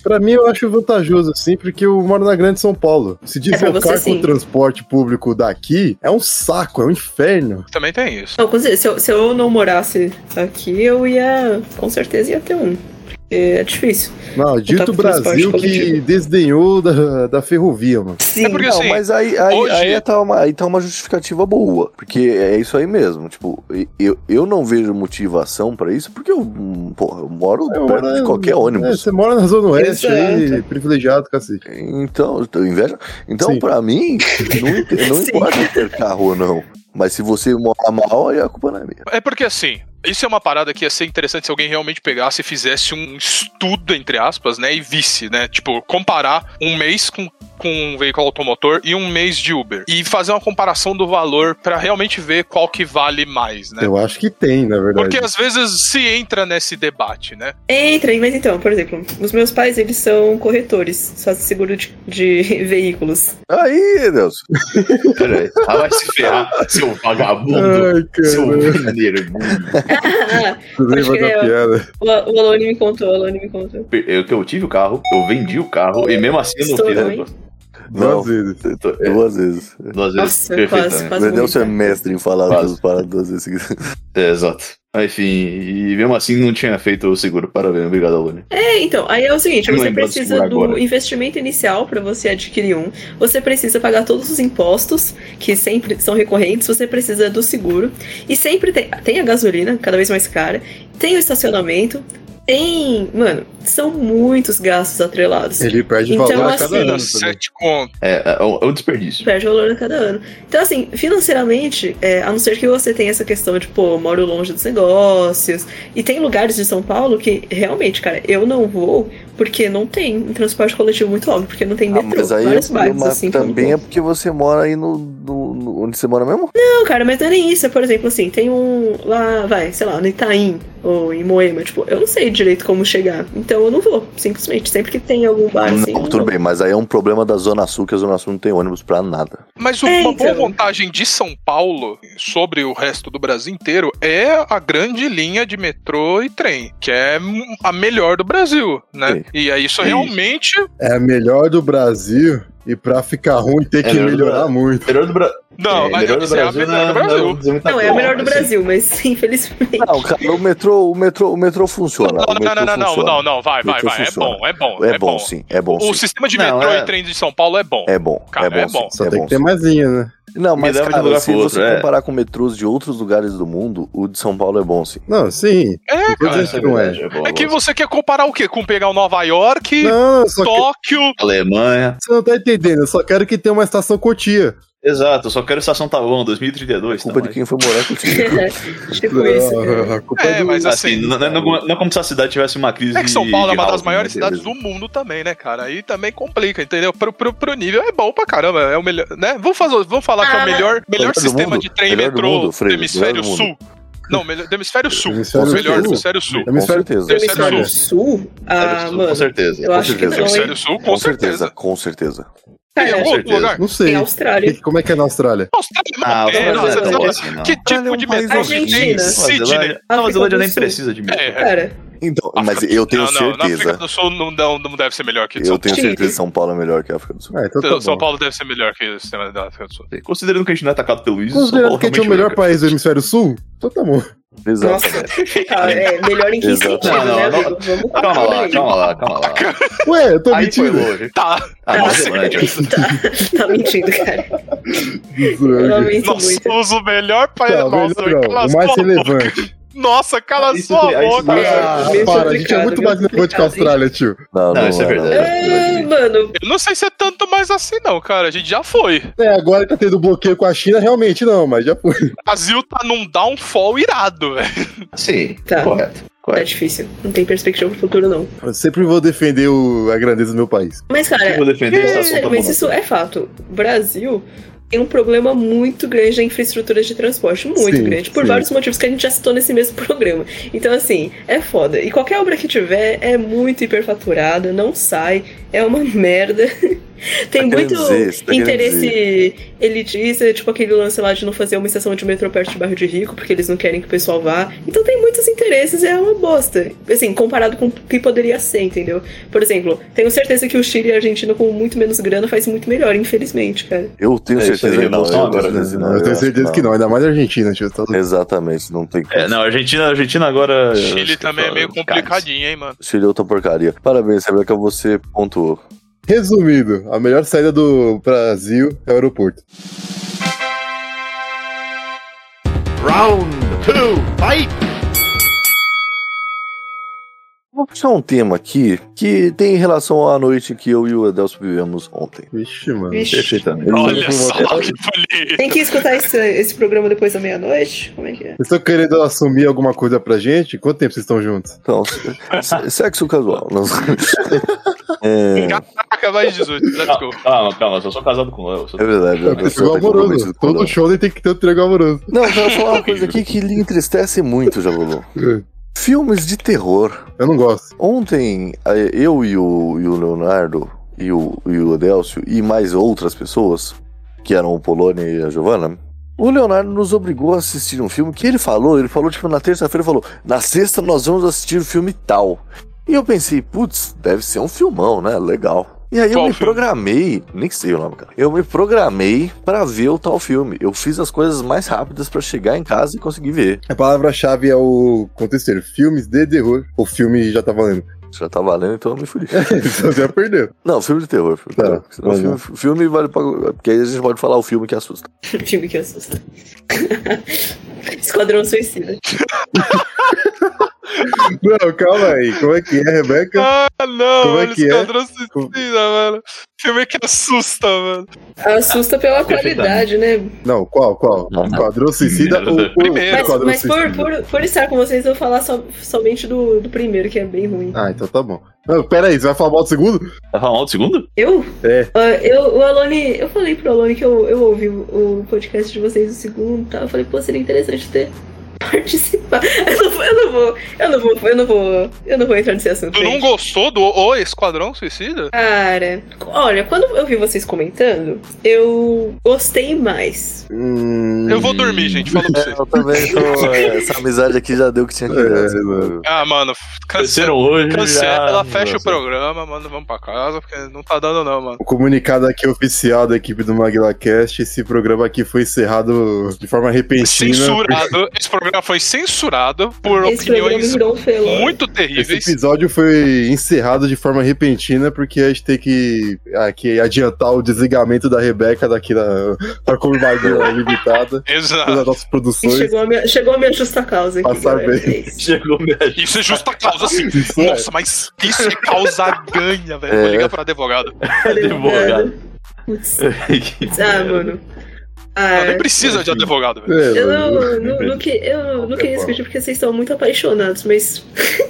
Pra mim, eu acho vantajoso, assim, porque eu moro na Grande São Paulo. Se
É pra
deslocar
você,
com o
sim.
transporte público daqui é um saco, é um inferno.
Também tem isso.
Não, com certeza, se, eu, se eu não morasse aqui, eu ia. Com certeza ia ter um. Porque é difícil.
Não, dito
com
o Brasil
transporte
que
coletivo.
desdenhou da, da ferrovia, mano.
Sim.
É porque
não,
assim,
mas aí, aí,
hoje-
aí tá uma, aí tá uma justificativa boa. Porque é isso aí mesmo. Tipo, eu, eu não vejo motivação pra isso, porque eu, hum, porra, eu moro
É,
perto de
mano,
qualquer
É,
ônibus.
você mora na Zona Oeste
Exato.
aí, privilegiado, cacete.
Então, eu tô inveja. Então,
Sim.
pra mim, não, inter- não
Sim.
importa ter carro ou não. Mas se você mora mal, aí a culpa não é minha.
É porque assim, isso é uma parada que ia ser interessante se alguém realmente pegasse e fizesse um estudo, entre aspas, né? E visse, né? Tipo, comparar um mês com, com um veículo automotor e um mês de Uber. E fazer uma comparação do valor pra realmente ver qual que vale mais, né?
Eu acho que tem, na É verdade.
Porque às vezes se entra nesse debate, né?
Entra, mas então, por exemplo, os meus pais, eles são corretores, fazem seguro de, de veículos.
Aí, Deus.
peraí. Ah, vai se ferrar, seu vagabundo.
Ai,
seu
cara.
verdadeiro.
Ah,
Tudo bem,
Pode
vai
crer,
dar
ó.
piada.
o, o Alone me contou, o Alone me contou.
Eu, que eu tive o carro, eu vendi o carro e mesmo assim eu não
Estou
fiz.
também.
né?
Não,
Duas vezes.
eu tô-
É.
duas vezes.
Duas vezes. né?
Nossa, quase,
Perfeitamente.
quase
Vendeu
morri,
né?
seu
cara.
mestre em falar
Quase.
essas paradas duas vezes seguidas.
É, exato. Enfim, e mesmo assim não tinha feito o seguro. Parabéns, obrigado, Alune.
É, então, aí é o seguinte,
Eu
você
lembro
precisa
disso
do
agora.
investimento inicial pra você adquirir um, você precisa pagar todos os impostos, que sempre são recorrentes, você precisa do seguro, e sempre tem, tem a gasolina, cada vez mais cara, tem o estacionamento, tem... Mano, são muitos gastos atrelados.
Ele perde
Então,
valor a
assim,
cada ano. também.
Sete conto.
É, é um é um desperdício.
perde valor a cada ano. Então, assim, financeiramente, é, a não ser que você tenha essa questão de, pô, eu moro longe dos negócios. E tem lugares de São Paulo que, realmente, cara, eu não vou porque não tem um transporte coletivo muito óbvio, porque não tem
Ah,
metrô.
mas aí o
vários bairros,
problema
assim. que eu não
também
vou.
é porque você mora aí no, no- no- Onde você mora mesmo?
Não, cara, mas não é nem isso. É, por exemplo, assim, tem um lá, vai, sei lá, no Itaim ou em Moema. Tipo, eu não sei direito como chegar. Então eu não vou, simplesmente. Sempre que tem algum bar, assim. eu
não,
não
tudo
vou.
bem, mas aí é um problema da Zona Sul, que a Zona Sul não tem ônibus pra nada.
Mas
É,
uma boa
então.
vantagem de São Paulo sobre o resto do Brasil inteiro é a grande linha de metrô e trem, que é hum, a melhor do Brasil, né? E aí isso
Sim.
realmente
É a melhor do Brasil e pra ficar ruim tem
É
que
melhor do
melhorar muito.
Melhor do, Bra-
Não,
É,
mas
melhor do
essa é a
Brasil
melhor do
não- não
Brasil.
dizer muita
Não, é a
coisa,
melhor do
mas, assim,
Brasil, mas infelizmente.
Não, cara, o metrô, o metrô, o metrô funciona.
Não,
o metrô
não, não, não, não,
funciona.
não, não, vai, vai,
Metrô
vai. É
funciona.
bom, é bom.
É bom, sim, é bom
O
sim.
sistema de
Não,
metrô
é-
e trem de São Paulo é bom.
É bom,
Cara,
é bom,
é
sim,
bom.
Só
é
tem
bom,
que ter
sim.
mais linha, né?
Não, mas
leva de
cara,
lugar
se
pro
você
outro, é.
comparar com metrôs de outros lugares do mundo, o de São Paulo é bom sim.
Não, sim.
É,
Ah,
Tô
cara.
dizendo que não é.
bom,
É que
bom.
você quer comparar o quê? Com pegar o Nova York,
Não, só que
Tóquio.
Alemanha.
você não tá entendendo. Eu só quero que tenha uma estação Cotia.
Exato, eu só quero estação Tavão 2032.
Culpa
tá,
de quem foi morar contigo.
tipo isso.
Ah, a culpa
É,
do-
mas
mas, assim,
assim.
não, não- não- não é como se a cidade tivesse uma crise.
É que São Paulo é
de
uma das
housing,
maiores
né,
cidades
beleza.
do mundo também, né, cara? Aí também complica, entendeu? Pro, pro, pro nível é bom pra caramba, é o melhor, né? Vamos, fazer, vamos falar que é o
Ah.
melhor, melhor
Melhor do
sistema
mundo.
de trem e
Melhor do
metrô
mundo, Freire,
do hemisfério
melhor do
sul. Não, melhor, do hemisfério sul.
Hemisfério
o melhor
sul.
do hemisfério sul.
Com
Hemisfério-
certeza.
Hemisfério
Com certeza.
Sul?
Hemisfério
Ah,
é Sul,
mano.
Com certeza. é
Eu acho que
certeza.
não, hein?
Hemisfério sul,
Com
com
certeza,
certeza.
com certeza.
Tem
Cara,
algum outro
certeza.
lugar?
Não
tem
sei.
a Austrália.
Que- Como é que é na Austrália?
Austrália, não
Ah,
tem,
Austrália
nossa,
não é
você
bom
sabe
assim, não.
Que
Austrália é
tipo
um
de
país
metrô que tem?
horrível.
Sydney. né? Ah,
Nova Nova Zelândia nem
do Sul.
precisa de mim.
É.
Cara,
Então, mas eu tenho
não, não, na África
certeza.
do Sul não, não, não deve ser melhor que o de
Eu
São
tenho
Chile.
certeza que São Paulo é melhor que a África do Sul.
Ah, então tá
Paulo. São
bom.
Paulo deve ser melhor que o sistema da África do Sul.
Considerando que a gente não é atacado pelo ISO, São Paulo
Considerando que a gente é o
realmente
melhor país do hemisfério sul, então tá bom.
Exato.
nossa. Ah, é, melhor em que
Exato.
sentido,
Não, não,
né,
não.
amigo? Vamos
Ah, Calma
calma
lá,
aí.
calma lá, calma lá.
Ué, eu tô
Aí foi
mentindo.
longe.
Tá,
Ah, Nova
Nossa.
Zelândia.
Tá, tá mentindo, cara. Eu
Zoando.
lamento
nós
muito.
somos o melhor país.
Tá,
nossa,
mas não,
cala
o
sua
mais
boca.
relevante.
Nossa, cala
Isso
sua
tem- aí isso
boca.
tem-
Ah,
meio
para, a gente é
complicado,
muito
meio
mais relevante que a
complicado, hein?
Austrália, tio.
Não,
Não, isso é verdade.
É, mano,
Eu não sei se é tanto mais assim, não, cara. A gente já foi.
É, agora que tá tendo bloqueio com a China, realmente não, mas já foi.
O Brasil tá num downfall irado, velho.
Sim,
Tá.
correto.
tá
correto.
difícil. Não tem perspectiva pro futuro, não.
Eu sempre vou defender o- a grandeza do meu país.
Mas, cara,
Eu vou Tipo, defender essa
Sério,
assunto.
mas isso é fato. O Brasil tem um problema muito grande na infraestrutura de transporte, muito
Sim,
grande, por
sim.
vários motivos que a gente já citou nesse mesmo programa. Então, assim, é foda. E qualquer obra que tiver é muito hiperfaturada, não sai, é uma merda. tem
querendo
muito
dizer, você tá querendo
interesse elitista, tipo aquele lance lá de não fazer uma estação de metrô perto de bairro de rico, porque eles não querem que o pessoal vá. Então tem muitos interesses, é uma bosta. Assim, comparado com o que poderia ser, entendeu? Por exemplo, tenho certeza que o Chile e a Argentina com muito menos grana faz muito melhor, infelizmente, cara.
Eu tenho
É, isso
certeza
aí,
que não.
emoção
Eu tenho
agora, né?
certeza que
eu tenho
acho
certeza que assim, não, ainda mais a Argentina, tio. Tá-
Exatamente, não tem como.
É, não, a Argentina, a Argentina agora.
Chile também é meio
Cara,
complicadinho, hein, mano.
Seria outra porcaria. Parabéns, Rebeca, você pontuou.
Resumido, a melhor saída do Brasil é o aeroporto.
Round two, fight!
Vou puxar um tema aqui que tem relação à noite que eu e o Adelso vivemos ontem.
Vixe, mano.
Vixe.
Eu
Perfeitamente.
não
Olha
vou
só
votar.
que bonito.
Tem que escutar esse, esse programa depois da meia-noite? Como é que é?
Vocês estão querendo assumir alguma coisa pra gente? Quanto tempo vocês estão juntos?
Então, se- sexo casual. Não. É,
Caraca, mais 18, let's go.
Calma, calma, eu sou casado com o Léo. eu sou-
é verdade.
É um triângulo amoroso.
né?
Todo show tem que ter um triângulo amoroso.
Não, eu quero falar uma coisa aqui que lhe entristece muito, Jabulu. Filmes de terror.
É. Eu não gosto.
Ontem, a- eu e o, e o Leonardo e o, e o Adélcio e mais outras pessoas, que eram o Polônia e a Giovana, o Leonardo nos obrigou a assistir um filme que ele falou, ele falou tipo na terça-feira, ele falou, na sexta nós vamos assistir o filme tal. E eu pensei, putz, deve ser um filmão, né? Legal. E aí eu
Qual
me
filme?
programei, nem sei o nome, cara. Eu me programei pra ver o tal filme. Eu fiz as coisas mais rápidas pra chegar em casa e conseguir ver.
A palavra-chave é o contexto. Filmes de terror. O filme já tá valendo.
Já tá valendo, então eu me fudi.
Você já perdeu.
Não, filme de terror. Filme de
Tá,
terror. Senão
vamos
filme, filme vale pra. Porque aí a gente pode falar o filme que assusta.
Filme que assusta. Esquadrão Suicida.
Não, calma aí. Como é que é, Rebeca?
Ah, não,
Como é
mano,
que é?
Esquadrão
Como-
Suicida, mano. Filme que assusta, mano.
Assusta pela qualidade, né?
Não, qual, qual?
Não, não.
Esquadrão Suicida
Merda.
ou ou
Primeiro.
Mas,
Esquadrão
mas por,
Suicida?
por, por estar com vocês, eu vou falar so- somente do, do primeiro, que é bem ruim.
Ah, então tá bom. Não, pera aí, você vai falar mal do segundo?
Tá falando mal do segundo?
Eu?
É.
Ah, eu, o Alone, eu falei pro Alone que eu, eu ouvi o, o podcast de vocês, o segundo, tá? Eu falei, pô, seria interessante ter participar. Eu não, vou- eu não vou, eu não vou, eu não vou, eu não vou entrar nesse assunto.
Tu não
gente.
gostou do O Esquadrão Suicida?
Cara, olha, quando eu vi vocês comentando, eu gostei mais.
Hum,
Eu vou dormir, gente, falo pra
É,
vocês.
eu também tô. é, Essa amizade aqui já deu o que tinha que dar.
É,
assim,
mano.
Ah, mano, cancela.
Cresceram hoje. já-
Cancela, ela fecha o
Nossa.
programa, mano, vamos pra casa, porque não tá dando não, mano.
O comunicado aqui oficial da equipe do MaguilaCast, esse programa aqui foi encerrado de forma repentina.
Censurado, esse programa foi censurado por
Esse programa
opiniões
virou um felão.
muito
Esse
terríveis.
episódio foi encerrado de forma repentina porque a gente tem que aqui, adiantar o desligamento da Rebeca daqui da, da Combaguila Limitada,
Exato.
das nossas
E
produções.
chegou a, minha, chegou a minha justa causa aqui.
Passar
galera.
bem.
É isso.
Chegou minha
Isso é justa causa, sim.
Isso é.
Nossa, mas isso é causa ganha, velho. Vou
É.
ligar pra advogado.
advogada.
Tá Putz,
Que
ah,
merda.
mano. Ah,
Não, nem precisa de advogado, velho.
É,
eu
mano.
não, não, não, que- eu não
Qualquer
queria discutir porque vocês estão muito apaixonados, mas.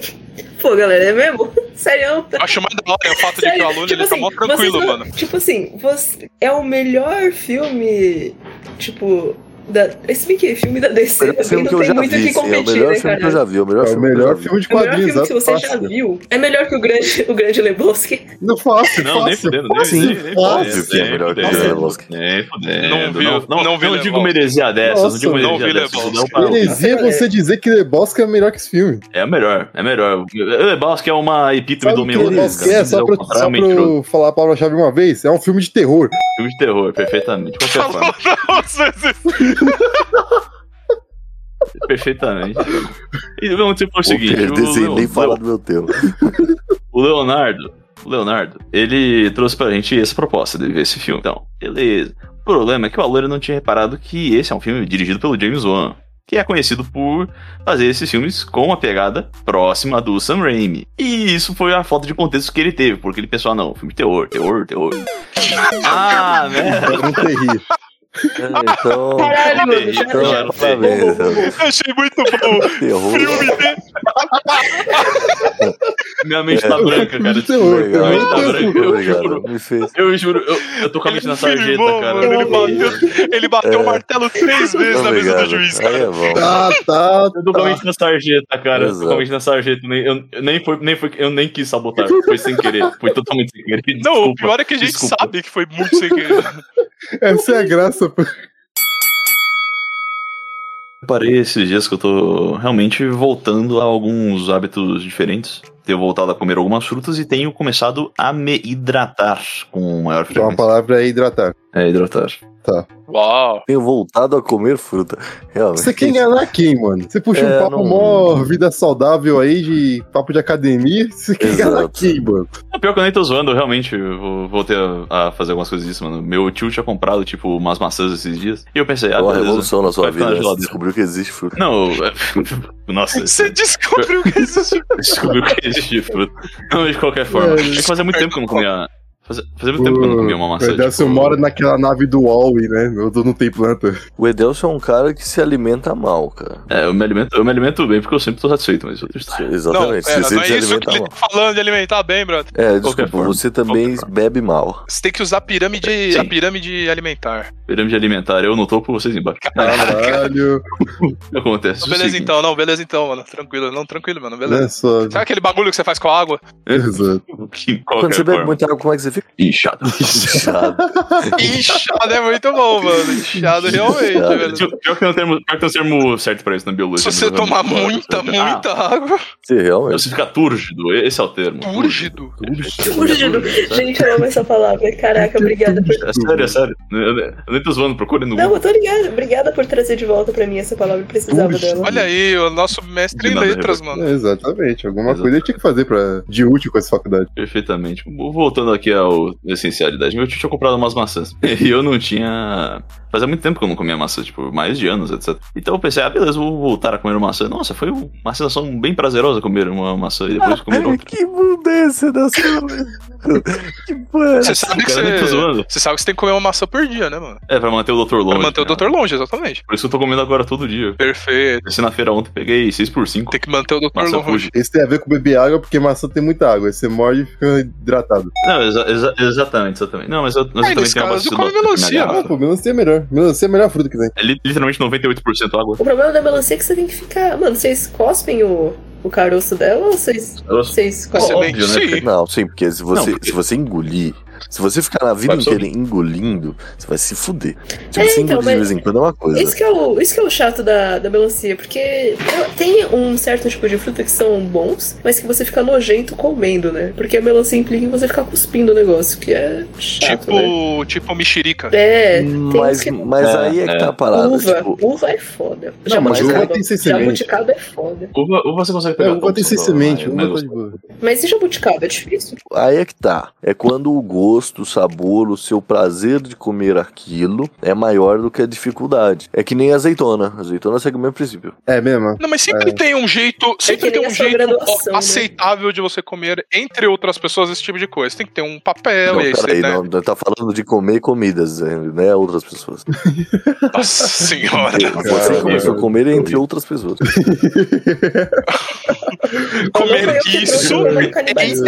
Pô, galera, é mesmo? Sério?
Acho mais da hora é o fato de que
Sério,
o aluno ele
tipo
tá
assim,
mó tranquilo,
vocês não-
mano.
Tipo assim, você- é o melhor filme, tipo. Da, se bem que filme da
É
DC
o melhor
também
filme
não
que eu
tem
já
muito o
vi.
que
sim, É o
competir,
melhor
né,
filme
cara?
que eu já vi. É o melhor
É o
filme que eu já
melhor
vi.
filme de
O melhor
quadrinhos.
filme que
é
você já
fácil.
viu é melhor que o Grande, o grande Lebowski.
Não faço,
Não, nem
faço.
fudendo. nem-
Sim,
nem- nem
óbvio
fudendo,
que é
nem
melhor que é
fudendo.
o Lebowski.
Nem fudendo.
Não vi-
É, não, não,
não vi
não digo
Lebowski.
merecia dessas, não digo
Nossa,
não vi
merecia dessas.
Lebowski.
não, parou.
Heresia é
Nossa,
você dizer que Lebowski é melhor que esse filme.
É a melhor, é a melhor. Lebowski é uma epítome
Sabe
do
o que
homem
Lebowski é?
um
Só pra, só pra eu falar a palavra-chave uma vez, é um filme de terror.
Filme de terror, perfeitamente. De Qualquer forma, perfeitamente. E vamos dizer o seguinte:
Vou perder
o
sem
Leon-
nem falar do meu tema.
O Leonardo, o Leonardo, ele trouxe pra gente essa proposta de ver esse filme. Então, beleza. O problema é que o Aloy não tinha reparado que esse é um filme dirigido pelo James Wan, que é conhecido por fazer esses filmes com uma pegada próxima do Sam Raimi. E isso foi a falta de contexto que ele teve, porque ele pensou, ah, não, filme de terror, terror, terror. ah, merda.
Eu não te ri.
É, Então.
Caralho, mano. Já,
Então,
já.
era pra ver.
Bom, bom, bom, bom.
Eu achei muito bom.
Terror.
Filme de
Minha mente tá branca, cara.
Filme de terror.
Legal,
Minha mente tá
terror.
branca, eu juro.
Obrigado. Me fez.
Eu juro, eu, eu tô com a mente na sarjeta,
firmou,
cara.
mano, ele
Eu-
bateu, ele bateu o martelo três vezes na mesa do
Obrigado.
juiz,
Aí
cara.
é bom.
Tá, tá,
Eu tô com a mente na sarjeta, cara. Eu tô com a
Exato.
mente na sarjeta. Nem, eu, eu nem foi, nem foi, eu nem quis sabotar. Foi sem querer. Foi totalmente sem querer.
Não, o
Desculpa.
pior é que a gente
desculpa.
sabe que foi muito sem querer.
Essa é a graça. pô.
Eu parei esses dias que eu tô realmente voltando a alguns hábitos diferentes. Tenho voltado a comer algumas frutas e tenho começado a me hidratar com um maior
Tá.
Então a
frequência.
palavra é hidratar.
É, hidratar.
Uau.
Tenho voltado a comer fruta. Realmente.
Você quer enganar quem, mano? Você puxa
É,
um papo
não-
mó vida saudável aí, de papo de academia, você quer
Exato.
enganar quem, mano?
É, pior que eu nem tô zoando, eu realmente vou- voltei a, a fazer algumas coisas disso, mano. Meu tio tinha comprado, tipo, umas maçãs esses dias. E eu pensei, ah,
É uma
beleza.
revolução na sua
Vai ficar na
vida. né? Você
geladeira.
descobriu que existe fruta.
Não, é- nossa. é
Você descobriu que existe.
descobriu que existe fruta. Não, mas de qualquer forma. É que fazia muito tempo que eu não comia. Fazia, fazia muito tempo que eu não comia uma maçã.
Verdade, você
tipo,
mora naquela nave do Wall, né? Eu tô- não tem planta.
O Edelson é um cara que se alimenta mal, cara.
É, eu me, alimento, eu me alimento bem porque eu sempre tô satisfeito, mas outra história.
Não,
Exatamente.
pera,
você
não é
se
isso que
alimenta
ele
mal.
tá falando de alimentar bem, brother.
É,
qualquer
desculpa,
forma.
você também
Qualquer forma.
bebe mal.
Você tem que usar a pirâmide,
Sim. é
a pirâmide alimentar.
Pirâmide alimentar, eu no topo, vocês embaixo.
Caralho.
O que acontece? O
beleza
seguinte,
então, não, beleza então, mano. Tranquilo, não, tranquilo, mano, beleza.
Né, só...
Sabe aquele bagulho que você faz com a água?
Exato.
então.
Que, qualquer
Quando você bebe
forma.
muita água, como é que você fica?
Inchado.
Inchado.
Inchado é muito bom, mano. Inchado realmente,
Inchado.
velho.
Pior pior que não tem um termo certo pra isso na biologia.
Se você
mas eu
tomar
realmente-
muita,
Ah,
muita água,
Você realmente.
Você fica túrgido, esse é o termo.
túrgido.
Túrgido. Gente, eu amo essa palavra. Caraca, obrigada por.
É sério, é sério. Eu, eu nem tô zoando, procure no
Não,
Google.
eu tô ligada. Obrigada por trazer de volta pra mim essa palavra. Eu precisava
Puxa.
dela.
Olha aí, o nosso mestre
De
em
nada,
letras, mano.
É, exatamente. Alguma
Exato.
coisa eu tinha que fazer pra... de útil com essa faculdade.
Perfeitamente. Voltando aqui ao essencialidade, meu tio tinha comprado umas maçãs. E eu não tinha. Fazia muito tempo que eu não comia maçã, tipo, mais de anos, etc. Então eu pensei, ah, beleza, vou voltar a comer maçã. Nossa, foi uma sensação bem prazerosa comer uma maçã e
Ah,
depois
é
comer outra.
que mundência da sua. que porra.
Você sabe que
Cara, nem tô
você.
zoando.
Você sabe que você tem que comer uma maçã por dia, né, mano?
É, pra manter o Dr. Longe.
Pra manter o
né?
doutor longe, exatamente.
Por isso eu tô comendo agora todo dia.
Perfeito.
Desci na feira ontem, peguei 6x5.
Tem que manter o doutor
Maçã
longe.
Fuji.
Esse tem a ver com beber água, porque maçã tem muita água. Aí Você morde e fica hidratado.
Não, exa- exa- exatamente, exatamente. Não, mas eu, mas
Aí,
eu também
nesse
tenho uma
caso,
bastante
come
doce
né?
na
melancia,
minha
Ah,
garrafa.
pô, melancia é melhor. Melancia é a melhor fruta que tem.
É li- literalmente 98% água.
O problema da melancia é que você tem que ficar. Mano, vocês cospem o, o caroço dela ou vocês.
Eu-
Vocês
A
cospem?
semente,
óbvio, né?
sim.
Não, sim, porque se você,
Não, porque-
se você engolir, se você ficar na vida
Vai absorver.
inteira engolindo, você vai se fuder. Tipo, Se
É,
você
então,
engolir de
mas-
vez em quando é uma coisa.
Isso que, é o, isso que é o chato da, da melancia, porque ela- tem um certo tipo de fruta que são bons, mas que você fica nojento comendo, né? Porque a melancia implica em você ficar cuspindo o negócio, que é chato, né?
Tipo, tipo mexerica.
É,
mas
que-
mas
É,
aí é que
é.
tá a parada.
uva,
Tipo,
uva é foda.
mas
Jabuticaba-
uva tem sem semente.
Jabuticaba é foda.
Uva, uva você né? consegue
É,
pegar.
uva tem sem
todos,
semente, uva
mas-
tá
mas-
de boa.
Mas e jabuticaba? É difícil?
aí é que tá. É quando o gosto, o sabor, o seu prazer de comer aquilo é maior do que a dificuldade. É que nem azeitona. Azeitona segue o mesmo princípio.
É mesmo?
Não, mas sempre tem um jeito, sempre
que
tem
nem
um
a sua
jeito
graduação, né?
aceitável de você comer, entre outras pessoas, esse tipo de coisa. Tem que ter um papel
não,
e aí você,
peraí,
né?
não, não tá falando de comer comidas, é, né? Outras pessoas.
Nossa senhora.
É,
Você
Cara,
começou a comer entre outras pessoas.
é
Não,
Comer
não, eu que
isso
trouxe, eu não canibalizo.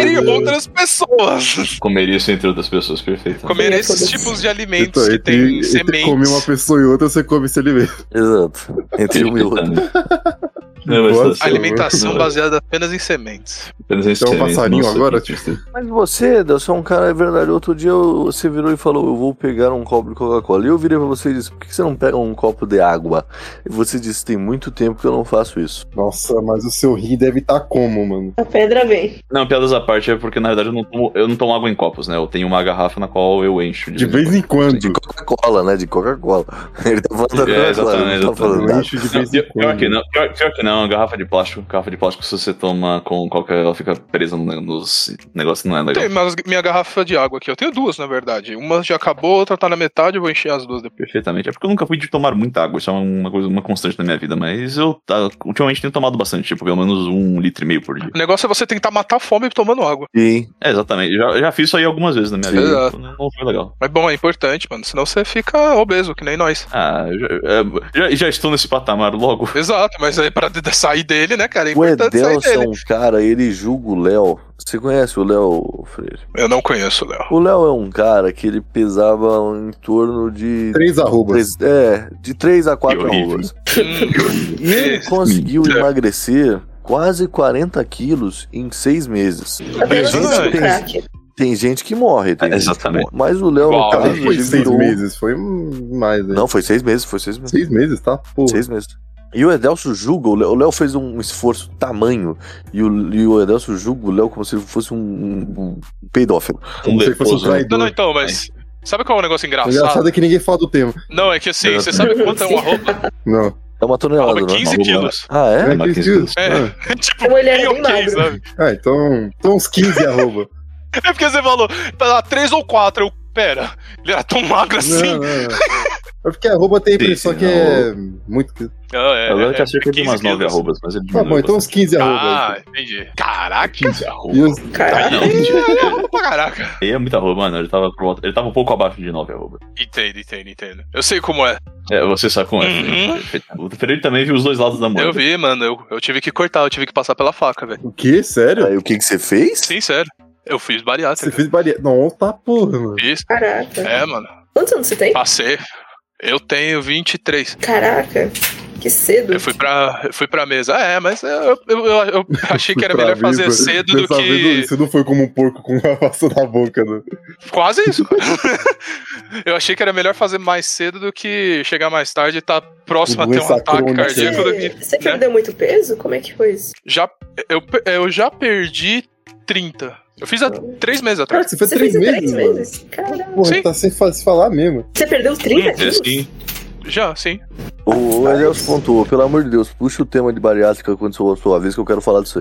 entre outras pessoas.
Comer isso entre outras pessoas, perfeito.
Comer
Sim,
esses
foda-se.
tipos de alimentos que tem
Então, entre comer uma
sementes.
pessoa e outra, você come esse alimento.
Exato. Entre um e outro.
Não, mas
Boa
tá-
Alimentação
Não,
baseada apenas em sementes.
apenas em
Então,
semente,
passarinho
nossa,
agora,
que tristeza.
Mas você, você é um cara, é verdade. Outro dia eu- você virou e falou: Eu vou pegar um copo de Coca-Cola. E eu virei pra você e disse: Por que você não pega um copo de água? E você disse: Tem muito tempo que eu não faço isso.
Nossa, mas o seu rim deve estar como, mano?
A pedra vem.
Não, piadas à parte é porque na verdade eu não tomo, eu não tomo água em copos, né? Eu tenho uma garrafa na qual eu encho.
De vez em quando.
Tipo, De Coca-Cola, né? De Coca-Cola. Ele tá falando da Coca-Cola,
Uhum. É,
ele não tá
exatamente,
falando
né, Eu
da
encho de
Não,
vez em
pior, pior que
quando.
não, pior, pior que não, garrafa de plástico. Garrafa de plástico, se você toma com qualquer. Ela fica presa no- nos negócios, não é legal.
Tem mas minha garrafa de água aqui. Eu tenho duas, na verdade. Uma já acabou, outra tá na metade, eu vou encher as duas depois.
Perfeitamente. É porque eu nunca fui de tomar muita água, isso é uma coisa, uma constante na minha vida, mas eu tá, ultimamente tenho tomado bastante, tipo, pelo menos um litro e meio por dia.
O negócio é você tentar matar a fome tomando água.
Sim.
É, exatamente. Já, já fiz isso aí algumas vezes na minha
Sim.
vida. então Não, não foi legal.
Mas bom, é importante, mano. Senão você fica obeso, que nem nós.
Ah, eu já, é, já, já estou nesse patamar logo.
Exato, mas aí pra de- sair dele, né, cara? É
O
importante sair
Edelson,
dele.
um cara, ele julga o Léo. Você conhece o Léo, Freire?
Eu não conheço, Léo.
O Léo é um cara que ele pesava em torno de.
Três arrobas.
três- é, de 3 a 4
Que horrível. É.
arrobas.
Hum,
E ele
Sim.
conseguiu emagrecer quase 40 quilos em seis meses. Tem
Apenas
gente
com
que, tem,
crack.
tem gente que morre. Tem
É,
gente que
exatamente.
morre. Mas o Léo, é um no
Uau,
caso,
Não
três-
foi
ele
seis
virou-
meses, foi hum, mais, velho.
Não, foi seis meses, foi seis meses.
Seis meses, tá? Pô.
Seis meses. E o Edelso julga, o Léo o Léo fez um esforço tamanho, e o, e o Edelso julga o Léo como se ele fosse um, um, um peidófilo.
Um
Como se fosse um
leproso. né?
Não, não,
traidor.
então, mas. Sabe qual é o negócio
O
engraçado?
engraçado é que ninguém fala do tema.
Não, é que assim, você
Exatamente.
sabe quanto é um arroba?
Não.
É
Ah,
uma tonelada,
Arroba
não é?
15
Arroba-
quilos.
Ah, é?
É 15
mas
quilos.
15
É. tipo,
Então ele era
bem
bem
ok,
magro.
sabe?
Ah, ah, então, então uns 15 arroba.
É porque você falou, tá lá, 3 ou 4. Eu, pera, ele era tão magro assim.
Não, não, não. É porque arroba tem a
Sim,
impressão
sim,
que é muito.
Ah, é,
Agora tá
é,
cerca de
15
umas 9
quilos.
arrobas, mas ele
Tá bom,
diminuiu
então uns 15 arroba.
Ah, entendi. Caraca,
15
E
arroba.
uns...
então.
Ah,
Caraca.
não, 15
é arroba pra caraca.
Aí é muita arroba, mano. Ele tava, pro- ele tava um pouco abaixo de 9 arroba.
Entendo, entendo, entendo. Eu sei como é.
É, você sabe como é.
Uhum.
Perfeito. O Ferreira também viu os dois lados da moeda.
Eu vi, mano. Eu, eu tive que cortar, eu tive que passar pela faca, velho.
O quê? Sério?
Aí o que, que você fez?
Sim, sério. Eu fiz
Você
bariátrica.
fez baria. Não, tá porra, mano.
Fiz.
Caraca.
É, mano.
Quantos anos você tem?
Passei. Eu tenho 23.
Caraca. Que cedo.
Eu fui pra, eu fui pra mesa. É, mas eu, eu, eu- eu achei que era
Pra
melhor
mim,
fazer
mano,
cedo do
dessa vez
que.
Você não foi como um porco com uma maçã na boca, né?
Quase isso. cara. eu achei que era melhor fazer mais cedo do que chegar mais tarde e estar próximo a ter um
Doença
ataque
crônica.
cardíaco. Do que,
Você, você perdeu muito peso? Como é que foi isso?
já, eu, pe- eu já perdi 30. Eu fiz há 3 meses atrás.
Cara, você fez
você
três
fez em
meses.
três
mano.
meses? Caraca.
Porra,
Sim.
tá sem fa- se falar mesmo.
Você perdeu 30 quilos?
Sim.
Já, sim.
O Edelso pontuou, pelo amor de Deus, puxa o tema de bariátrica quando for a sua vez, que eu quero falar disso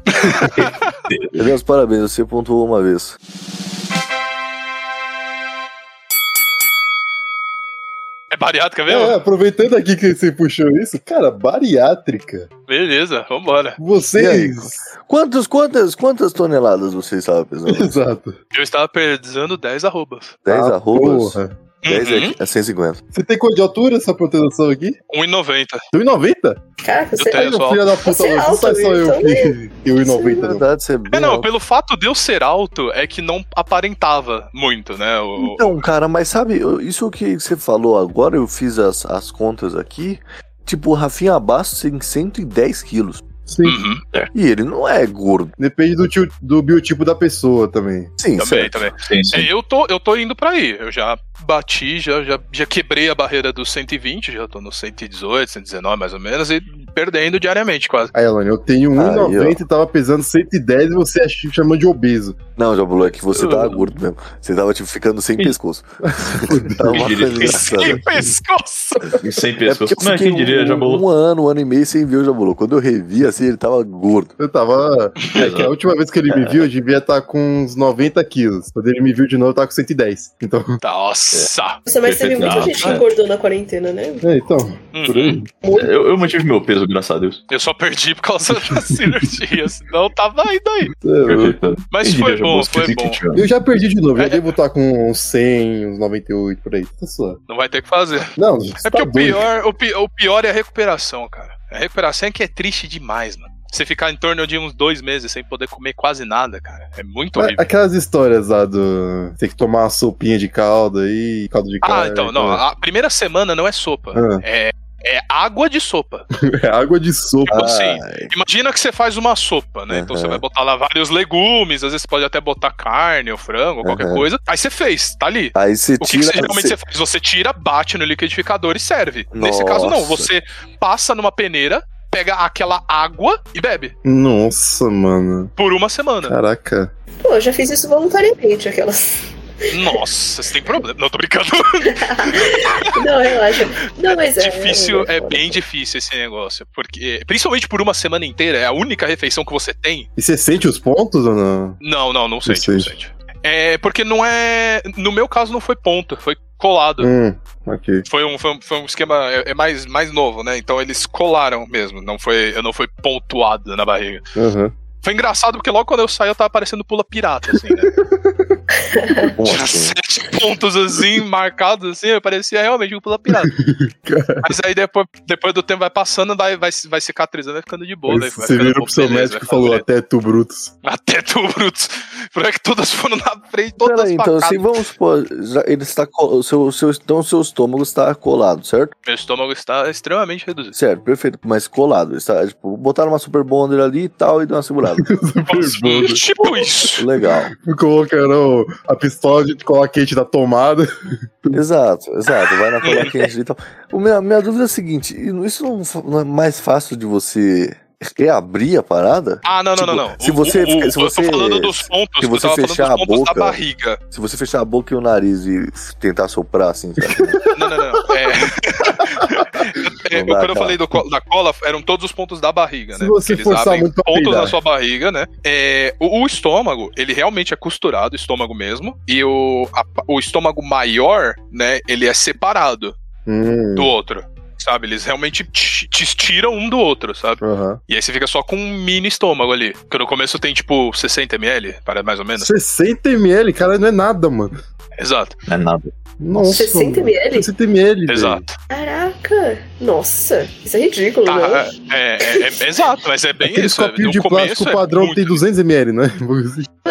aí. Edelso, parabéns, você pontuou uma vez.
É bariátrica mesmo?
É, aproveitando aqui que você puxou isso, cara, bariátrica.
Beleza, vambora.
Vocês.
Quantas, quantas, quantas
Ah,
toneladas você estava pesando?
Exato.
Eu estava perdendo 10 arrobas.
10
Ah,
arrobas?
Porra. Tá
10 é
Uhum.
aqui- é 150.
Você tem quanto de altura essa proteção aqui?
1,90.
1,90?
Caraca, você,
tenho.
Aí,
sou
meu filho da puta,
Você é
não
alto,
sai só
eu
eu que. Eu e 90,
Na
não.
verdade, você é bem
É, não,
alto.
pelo fato de eu ser alto, é que não aparentava muito, né? O...
Então, cara, mas sabe, eu- isso que você falou agora, eu fiz as, as contas aqui. Tipo, o Rafinha Bastos tem 110 quilos.
Sim.
Uhum.
E ele não é gordo.
Depende do, tio- do biotipo da pessoa também.
Sim,
Também,
certo.
também.
Sim, sim.
É, eu, tô, eu tô indo pra aí. Eu já bati, já, já, já quebrei a barreira dos 120, já tô no 118, 119 mais ou menos, e perdendo diariamente quase.
Aí, Elane, eu tenho
Aí,
1,90 e tava pesando 110 e você ach- chamando de obeso.
Não, Jabu, é que você tava
Eu-
gordo mesmo. Você tava, tipo, ficando sem
Ih.
pescoço. tava uma
Eu diria
coisa
que
engraçada.
pescoço!
Sem
É
pessoas.
porque eu
Mas
fiquei
quem diria,
um,
já bolou.
um ano, um ano e meio sem ver o Jabulu. Quando eu revi, assim, ele tava gordo.
Eu tava. É que a última vez que ele me viu, eu devia estar com uns 90 quilos. Quando ele me viu de novo, eu tava com 110. Então.
Nossa!
Nossa, mas teve muita
Perfeito.
gente que
Ah, é.
engordou na quarentena, né?
É, então.
Uhum.
Eu, eu mantive meu peso, graças a Deus.
Eu só perdi por causa da cirurgia, senão eu tava indo aí.
Eu,
Mas
Quem
foi
diria, já
bom,
bolou,
foi
esqueci que
bom.
tinha.
eu já perdi de
É,
novo. Já devo estar com uns 100, uns 98 por aí. Tá suave.
Não vai ter o que fazer.
Não, você
É
tá
porque o
doido.
pior, o, pi- o pior é a recuperação, cara. A recuperação é que é triste demais, mano. Você ficar em torno de uns dois meses sem poder comer quase nada, cara. É muito
É,
horrível.
Aquelas histórias lá do. Tem que tomar uma sopinha de calda aí, caldo de calda.
Ah, então, não. A primeira semana não é sopa.
Ah.
É, é água de sopa.
É água de sopa.
Ah,
Tipo assim,
Ai,
imagina que você faz uma sopa, né? Então você
Aham.
vai botar lá vários legumes, às vezes pode até botar carne ou frango ou qualquer
Aham.
coisa. Aí você fez, tá ali.
Aí você
O que, que
tira.
você geralmente
você-
você faz? Você tira, bate no liquidificador e serve. Nesse caso, não.
Nossa.
Você passa numa peneira, pega aquela água e bebe.
Nossa, mano.
Por uma semana.
Caraca.
Pô, eu já fiz isso voluntariamente, aquelas.
Nossa, você tem problema. Não, tô brincando.
Não, relaxa. Não, mas é.
difícil, é
foda.
bem difícil esse negócio. Porque, principalmente por uma semana inteira, é a única refeição que você tem.
E você sente os pontos ou não?
Não, não, não
Não
sente, não
sente.
sente. É, porque não é. No meu caso, não foi ponto, foi colado.
Hum, ok.
Foi um, foi um, foi um esquema é, é mais, mais novo, né? Então eles colaram mesmo. Não foi, eu não fui pontuado na barriga.
Aham.
Foi engraçado porque logo quando eu saí eu tava parecendo pula pirata, assim, né?
Como
Tinha
assim?
sete pontos assim, marcados assim, eu parecia realmente um pula pirata. Mas aí depois, depois do tempo vai passando, vai, vai, vai cicatrizando, vai ficando de boa.
Aí
daí vai
Você
ficando,
virou
pô,
pro seu
beleza,
médico e
vai
falou
ficando
até tu, Brutus.
bonito. Até tu, Brutus. Por é que todas foram na frente, todas
Peraí, então,
facadas.
assim, vamos supor, já ele está co- o seu, o seu, então o seu estômago está colado, certo?
Meu estômago está extremamente reduzido.
Certo, perfeito, mas colado. Está, tipo, botaram uma super bonder ali e tal e deu uma segurada.
Super
Tipo isso.
Legal.
Colocaram a pistola de cola quente da tomada.
Exato, exato. Vai na cola quente e tal. O minha, minha dúvida é a seguinte: isso não, fa- não é mais fácil de você reabrir a parada?
Ah, não, não, não, não.
Tipo, se você-
O- o-
se
eu
você-
tô falando dos pontos,
se você
eu tava
fechar a
falando dos pontos
boca-
da barriga.
Se você fechar a boca e o nariz e tentar soprar assim, cara.
Não, não, não. É... É,
Não dá,
quando eu
cara.
falei do co- da cola, eram todos os pontos da barriga,
Se
né?
você
Eles
forçar
abrem
muito pra
pontos
peidar.
na sua barriga, né? É, o, o estômago, ele realmente é costurado, o estômago mesmo. E o, a pa- o estômago maior, né? Ele é separado
Hum.
do outro. Sabe? Eles realmente te te tiram um do outro, sabe?
Aham.
E aí você fica só com um mini estômago ali. Que no começo tem tipo 60 ml, para mais ou menos.
60 ml, cara, não é nada, mano.
Exato,
Não é nada.
Nossa.
60
mano.
ml?
60 ml. velho.
exato.
Caraca! Nossa, isso é ridículo,
Tá,
né?
é, é- é- é exato, mas é bem
Aquele
isso. é,
copinho
no
de
começo
plástico
é
padrão que
muito
tem 200 ml, né?
Mano,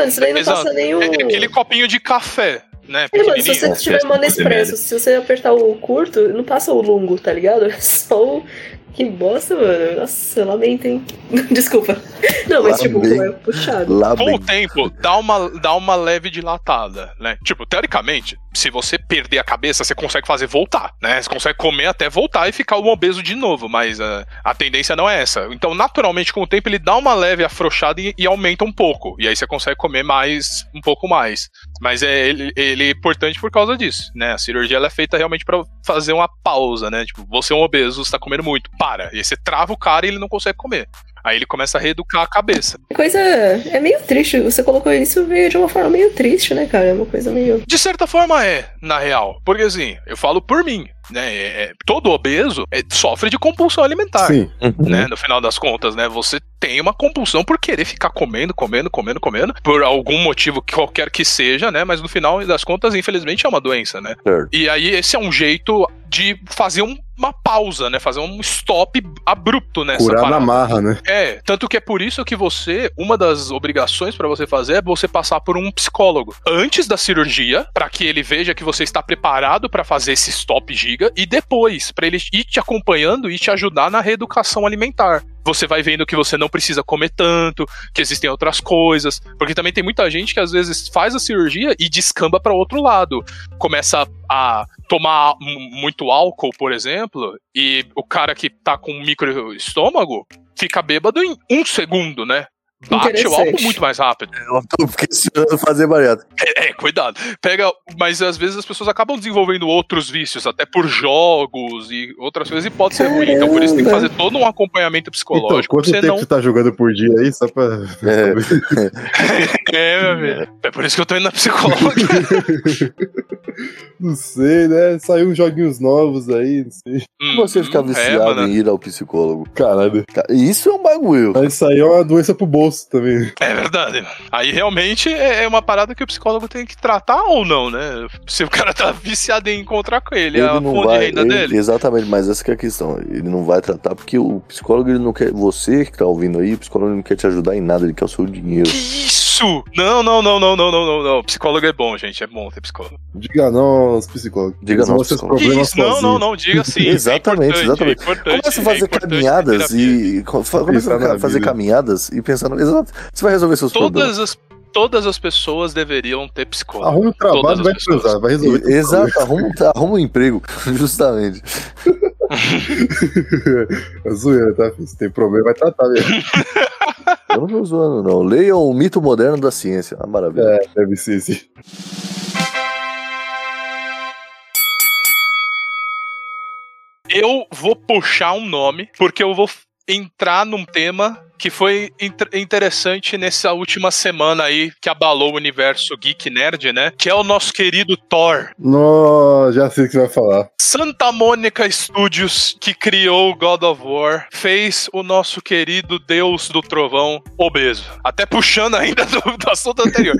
isso daí não
Exato.
passa nem o.
É aquele copinho de café, né?
É, mano, se
pequenininho.
você tiver uma Nespresso, se você apertar o curto, não passa o longo, tá ligado? É só o. Que bosta, mano. Nossa, lamento, hein? Desculpa. Não, mas tipo,
Lamento.
é puxado.
Lá
Com o
Tá bem.
tempo, dá uma, dá uma leve dilatada, né? Tipo, teoricamente, se você perder a cabeça, você consegue fazer voltar, né? Você consegue comer até voltar e ficar um obeso de novo, mas ah, a tendência não é essa. Então, naturalmente, com o tempo, ele dá uma leve afrouxada e, e aumenta um pouco. E aí você consegue comer mais, um pouco mais. Mas é, ele, ele é importante por causa disso, né? A cirurgia ela é feita realmente pra fazer uma pausa, né? Tipo, você é um obeso, você tá comendo muito, para. E aí você trava o cara e ele não consegue comer. Aí ele começa a reeducar a cabeça.
Coisa. É meio triste. Você colocou isso meio de uma forma meio triste, né, cara? É uma coisa meio.
De certa forma é, na real. Porque assim, eu falo por mim, né? é- é- todo obeso é, sofre de compulsão alimentar.
Sim.
né, No final das contas, né? Você tem uma compulsão por querer ficar comendo, comendo, comendo, comendo, por algum motivo qualquer que seja, né? Mas no final das contas, infelizmente, é uma doença, né?
Certo.
E aí, esse é um jeito de fazer um- uma pausa, né? Fazer um stop abrupto nessa
Curar na
parada.
marra, né?
É, tanto que é por isso que você, uma das obrigações pra você fazer é você passar por um psicólogo antes da cirurgia, pra que ele veja que você está preparado pra fazer esse stop giga e depois pra ele ir te acompanhando e te ajudar na reeducação alimentar. Você vai vendo que você não precisa comer tanto, que existem outras coisas, porque também tem muita gente que às vezes faz a cirurgia e descamba pra outro lado, começa a tomar mu- muito álcool, por exemplo, e o cara que tá com um microestômago fica bêbado em um segundo, né? Bate o álcool
Interessante.
muito mais rápido.
Eu tô questionando fazer bariátrica.
É, cuidado. Pega, mas às vezes as pessoas acabam desenvolvendo outros vícios, até por jogos e outras coisas, e pode ser ruim. Então por isso tem que
Caramba.
fazer todo um
Então,
acompanhamento psicológico.
quanto
pra
tempo
você não
você tá jogando por dia aí, só pra.
É,
é, meu amigo. É por isso que eu tô indo na psicóloga.
Não sei, né? Saiu uns joguinhos novos aí, não sei.
como você ficar viciado
Hum, Uhum. é, mano.
em ir ao psicólogo?
Caralho.
Ca- Isso é um bagulho.
Mas isso aí é uma doença pro bolso também.
É verdade. Aí realmente é é uma parada que o psicólogo tem que tratar ou não, né? Se o cara tá viciado em encontrar com ele, é a fonte de renda
ele-
dele.
Exatamente, mas essa que é a questão. Ele não vai tratar porque o psicólogo ele não quer. Você que tá ouvindo aí, o psicólogo não quer te ajudar em nada, ele quer o seu dinheiro.
Que isso? Não, não, não, não, não, não, não, não. Psicólogo é bom, gente. É bom ter psicólogo.
Diga não aos psicólogos.
Diga não aos
Vocês
psicólogos.
Que
problemas
isso? Não,
sozinhos.
não, não. Diga sim.
Exatamente,
é importante,
exatamente.
É importante,
Começa a
é
fazer
importante
caminhadas
ter terapia.
e. co- fa- Começa
Pensar na
a fazer
vida.
caminhadas e pensando. Exato. Você vai resolver seus problemas.
Todas as, todas as pessoas deveriam ter psicólogo.
Arruma um
Todas
trabalho,
as
vai
pessoas.
transar, vai resolver.
E- Exato, arruma, um tra- arruma um emprego, justamente.
É zoeira, tá? filho? Se tem problema, vai tratar mesmo. né,
Eu não tô zoando, não. Leiam o mito moderno da ciência. Ah, maravilha.
É, deve ser assim.
Eu vou puxar um nome, porque eu vou f- entrar num tema que foi inter- interessante nessa última semana aí, que abalou o universo geek nerd, né? Que é o nosso querido Thor.
Nossa, já sei o que você vai falar.
Santa Mônica Studios, que criou o God of War, fez o nosso querido Deus do Trovão obeso. Até puxando ainda do, do assunto anterior.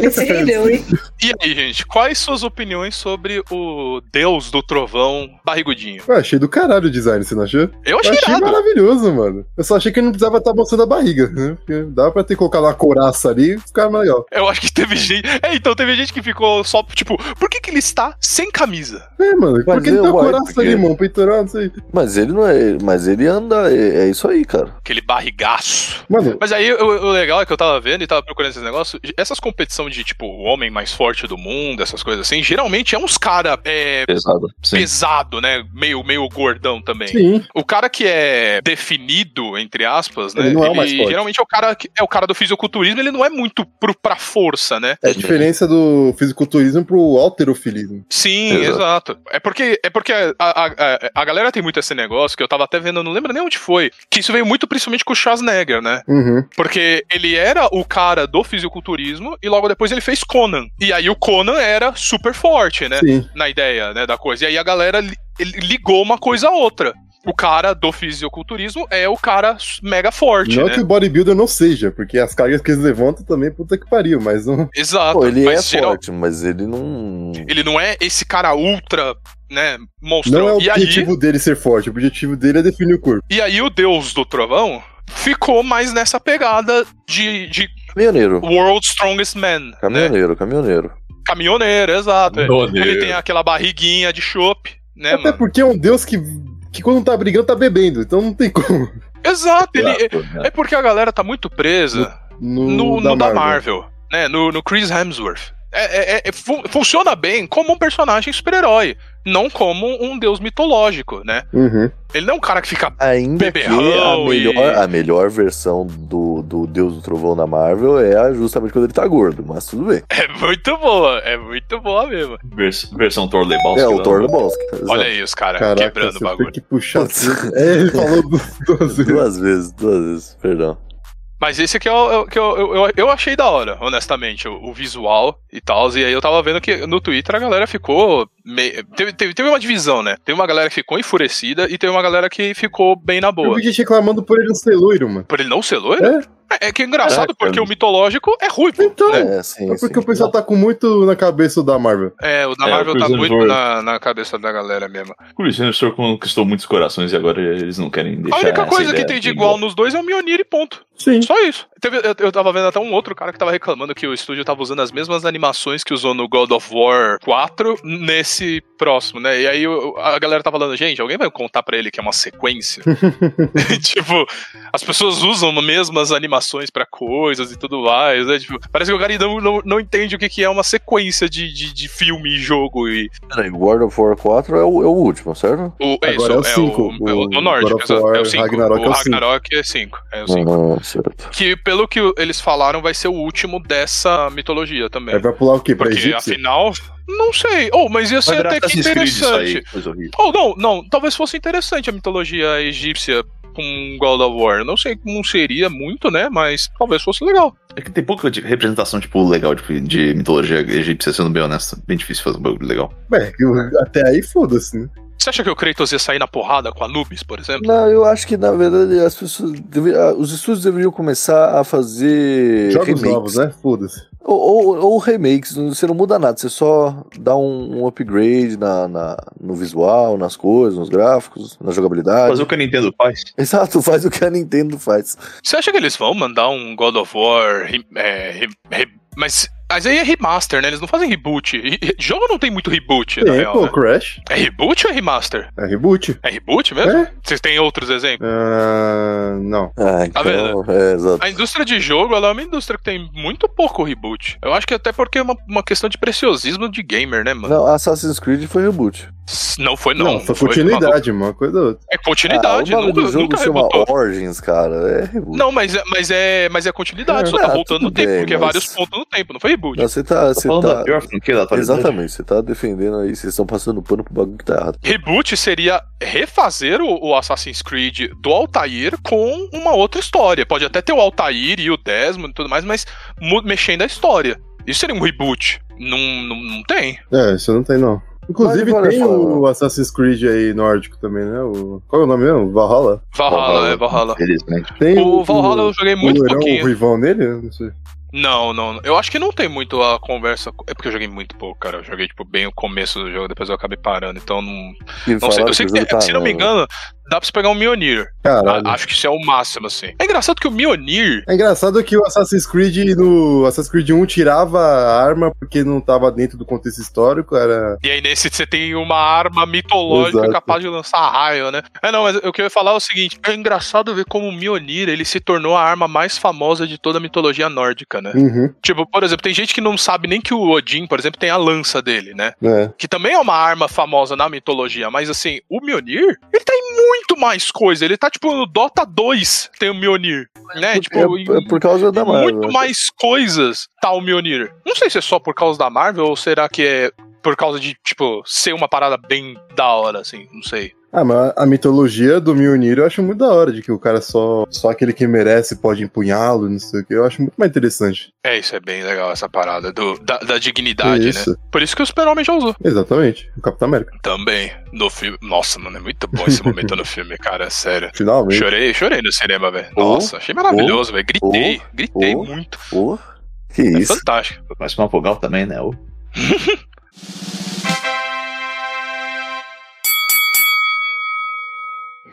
Ele se rendeu, hein?
E aí, gente, quais suas opiniões sobre o Deus do Trovão barrigudinho?
Ué, achei do caralho o design, você não achou?
Eu
Eu
achei
achei
irado.
maravilhoso, mano. Eu só achei que ele não precisava estar mostrando a barriga, né? Porque dava pra ter colocado uma coraça ali e ficar mais legal.
Eu acho que teve gente. É, então teve gente que ficou só, tipo, por que, que ele está sem camisa?
É, mano, por que ele
eu
tem uma
acho
coraça
que-
ali, mano? Peitoral, não sei.
Mas ele não é. Mas ele anda. É, é isso aí, cara.
Aquele barrigaço.
Mano,
Mas aí o, o legal é que eu tava vendo e tava procurando esses negócios. Essas competições de, tipo, o homem mais forte do mundo, essas coisas assim, geralmente é uns cara é,
Pesado. Sim.
pesado, né? Meio, meio gordão também.
sim.
O cara que é definido, entre aspas, né?
Ele não é o mais forte.
geralmente é o cara que é o cara do fisiculturismo, ele não é muito pro, pra força, né?
É a diferença do fisiculturismo pro alterofilismo.
Sim,
Exato.
exato. É porque, é porque a, a, a, a galera tem muito esse negócio que eu tava até vendo, eu não lembro nem onde foi. Que isso veio muito principalmente com o Schwarzenegger, né?
Uhum.
Porque ele era o cara do fisiculturismo e logo depois ele fez Conan. E aí o Conan era super forte, né?
Sim.
Na ideia, né, da coisa. E aí a galera li- ele ligou uma coisa a outra. O cara do fisiculturismo é o cara s- mega forte,
Não
né?
que o bodybuilder não seja, porque as cargas que eles levantam também, puta que pariu, mas não.
Exato.
Pô, ele é
Ah, Mas geral-
forte, mas ele não.
Ele não é esse cara ultra, né, monstrão.
Não é o
e aí...
objetivo dele ser forte, o objetivo dele é definir o corpo.
E aí o deus do trovão ficou mais nessa pegada de, de
Caminhoneiro.
World Strongest Man. Né?
Caminhoneiro, caminhoneiro.
Caminhoneiro, exato.
Caminhoneiro.
Ele tem aquela barriguinha de chopp, né,
Até
mano?
porque é um deus que, que quando tá brigando tá bebendo, então não tem como.
Exato, ele.
Exato,
É
né?
porque a galera tá muito presa
No, né?
no, no da Marvel, né? No, no Chris Hemsworth. é- é- é- fu- funciona bem como um personagem super-herói, não como um deus mitológico, né?
Uhum.
Ele não é um cara que fica.
Ainda que a
Beberrão e-
melhor, a melhor versão do, do Deus do Trovão na Marvel é a justamente quando ele tá gordo, mas tudo bem.
É muito boa, é muito boa mesmo.
Vers- versão Thor Lebowski.
É o
lá.
Thor Lebowski.
né? Olha aí os caras
Caraca,
É, quebrando o
você tem
bagulho.
que puxar
Putz.
tudo. É, ele falou duas, duas vezes.
Duas vezes, duas vezes, perdão.
Mas esse aqui é o é o que eu, eu, eu, eu achei da hora, honestamente, o, o visual e tal. E aí eu tava vendo que no Twitter a galera ficou. meio- Teve, teve, teve uma divisão, né? Teve uma galera que ficou enfurecida e teve uma galera que ficou bem na
Eu
boa.
vi gente reclamando por ele não ser loiro, mano.
Por ele não ser loiro? É, é que é engraçado
É,
porque
cara.
o mitológico é ruivo.
Então, é,
É, sim,
porque
sim.
o pessoal tá com muito na cabeça da Marvel.
É, o da
É,
Marvel
o
tá
Chris
muito
Hemsworth.
na, na cabeça da galera mesmo.
Chris Hemsworth né, conquistou muitos corações e agora eles não querem deixar
A única
essa
coisa que
ideia
tem de igual nos dois é o Mionir e ponto.
Sim.
Só isso. Teve- eu, eu tava vendo até um outro cara que tava reclamando que o estúdio tava usando as mesmas animações que usou no God of War 4 nesse próximo, né? E aí eu- a galera tá falando, gente, alguém vai contar pra ele que é uma sequência? tipo, as pessoas usam as mesmas animações pra coisas e tudo mais, né? Tipo, parece que o cara não, não, não entende o que, que é uma sequência de, de, de filme e jogo e...
Peraí, World of War 4 é o, é o último, certo?
O, é,
Agora
isso,
é o cinco,
É o,
o
é o do Norte,
God of
exato, é
War,
o 5.
Ragnarok é
o
o
Ragnarok é 5. É o 5.
Uhum, certo.
Que, pelo que eles falaram, vai ser o último dessa mitologia também.
Aí vai pular o quê? É Pra
É. Porque, assim,
Egípcio?
afinal, não sei. Ou, mas ia ser
Vai virar
até que
Assassin's Creed isso aí,
interessante.
coisa horrível.
Ou, não, não, talvez fosse interessante a mitologia egípcia com God of War. Não sei como seria muito, né? Mas talvez fosse legal.
É que tem pouca de- representação, tipo, legal tipo, de mitologia egípcia, sendo bem honesto. Bem difícil fazer um bagulho legal.
Bem, eu- É, até aí foda-se, né?
Você acha que o Kratos ia sair na porrada com Anubis, por exemplo?
Não, eu acho que na verdade as pessoas deve- ah, os estúdios deveriam começar a fazer
Jogos
remakes.
novos, né? Foda-se.
Ou, ou- ou remakes, você não muda nada, você só dá um, um upgrade na, na- no visual, nas coisas, nos gráficos, na
Ah,
jogabilidade.
Fazer o que a Nintendo faz.
Exato, faz o que a Nintendo faz.
Você acha que eles vão mandar um God of War? re- é, re- re- mas, mas aí é remaster, né? Eles não fazem reboot. Re- re- jogo não tem muito reboot, na
Tem,
real.
pô,
né?
Crash.
É reboot ou é remaster?
É reboot.
É reboot mesmo?
É?
Vocês têm outros exemplos?
Ah, não.
Ah,
Tá
então, é, exato.
A indústria de jogo ela é uma indústria que tem muito pouco reboot. Eu acho que até porque é uma, uma questão de preciosismo de gamer, né, mano?
Não, Assassin's Creed foi reboot.
S- Não, foi, não.
Não,
Não
foi
foi, maluco.
continuidade, uma coisa ou outra.
É continuidade.
ah, o nome
nunca,
do jogo
nunca
chama
rebotou.
Origins, cara. É reboot.
Não, mas é, mas é, mas é continuidade. só
É,
tá
ah,
voltando no
tudo
tempo,
bem,
porque é
mas-
vários pontos no tempo. Não foi reboot.
Não, você tá.
Tá
Você
falando da
tá...
pior franquia da atualidade.
Exatamente, você tá defendendo aí, vocês estão passando pano pro bagulho que tá errado.
Reboot seria refazer o, o Assassin's Creed do Altair com uma outra história. Pode até ter o Altair e o Desmond e tudo mais, mas mu- mexendo a história. Isso seria um reboot. Não, não, não tem.
É, isso não tem, não. Inclusive
Mas olha
tem
só,
o Assassin's Creed aí nórdico também, né? O... Qual é o nome mesmo? Valhalla?
Valhalla, é Valhalla.
Felizmente.
Tem
O Valhalla eu joguei muito
o loirão,
pouquinho.
o ruivão dele? Eu Não sei.
Não, não. Eu acho que não tem muito a conversa. É porque eu joguei muito pouco, cara. Eu joguei, tipo, bem o começo do jogo, depois eu acabei parando. Então, não,
E
não sei.
falaram
Eu sei que,
o jogo
tem-
tá
então se não me
merda.
engano, dá pra você pegar um Mionir.
Caralho.
Acho que isso é o máximo, assim. É engraçado que o Mionir.
É engraçado que o Assassin's Creed no Assassin's Creed 1 tirava a arma porque não tava dentro do contexto histórico, era
E aí, nesse, você tem uma arma mitológica
Exato.
capaz de lançar raio, né? É, não, mas o que eu ia falar é o seguinte: é engraçado ver como o Mionir ele se tornou a arma mais famosa de toda a mitologia nórdica, né?
Uhum,
Tipo, por exemplo, tem gente que não sabe nem que o Odin, por exemplo, tem a lança dele, né?
né?
que também é uma arma famosa na mitologia, mas assim, o Mjolnir, ele tá em muito mais coisa. Ele tá, tipo, no Dota 2 tem o Mjolnir, né? Tipo,
É, é por causa da
em
Marvel.
muito mais coisas tá o Mjolnir. Não sei se é só por causa da Marvel ou será que é por causa de, tipo, ser uma parada bem da hora, assim, não sei.
Ah, mas a mitologia do Mjolnir eu acho muito da hora, de que o cara só, só aquele que merece pode empunhá-lo, não sei o que. Eu acho muito mais interessante.
É, isso é bem legal, essa parada do, da, da
É
dignidade, né?
isso.
Por isso que o Super-Homem já usou.
Exatamente. O Capitão América.
Também, no filme. Nossa, mano, é muito bom esse momento no filme, cara, sério.
Finalmente.
Chorei, chorei no cinema, velho.
Oh,
Nossa, achei maravilhoso, velho. Gritei, gritei
oh.
muito.
Pô, que
É
isso?
fantástico.
Parece uma fogal também, né? Ô.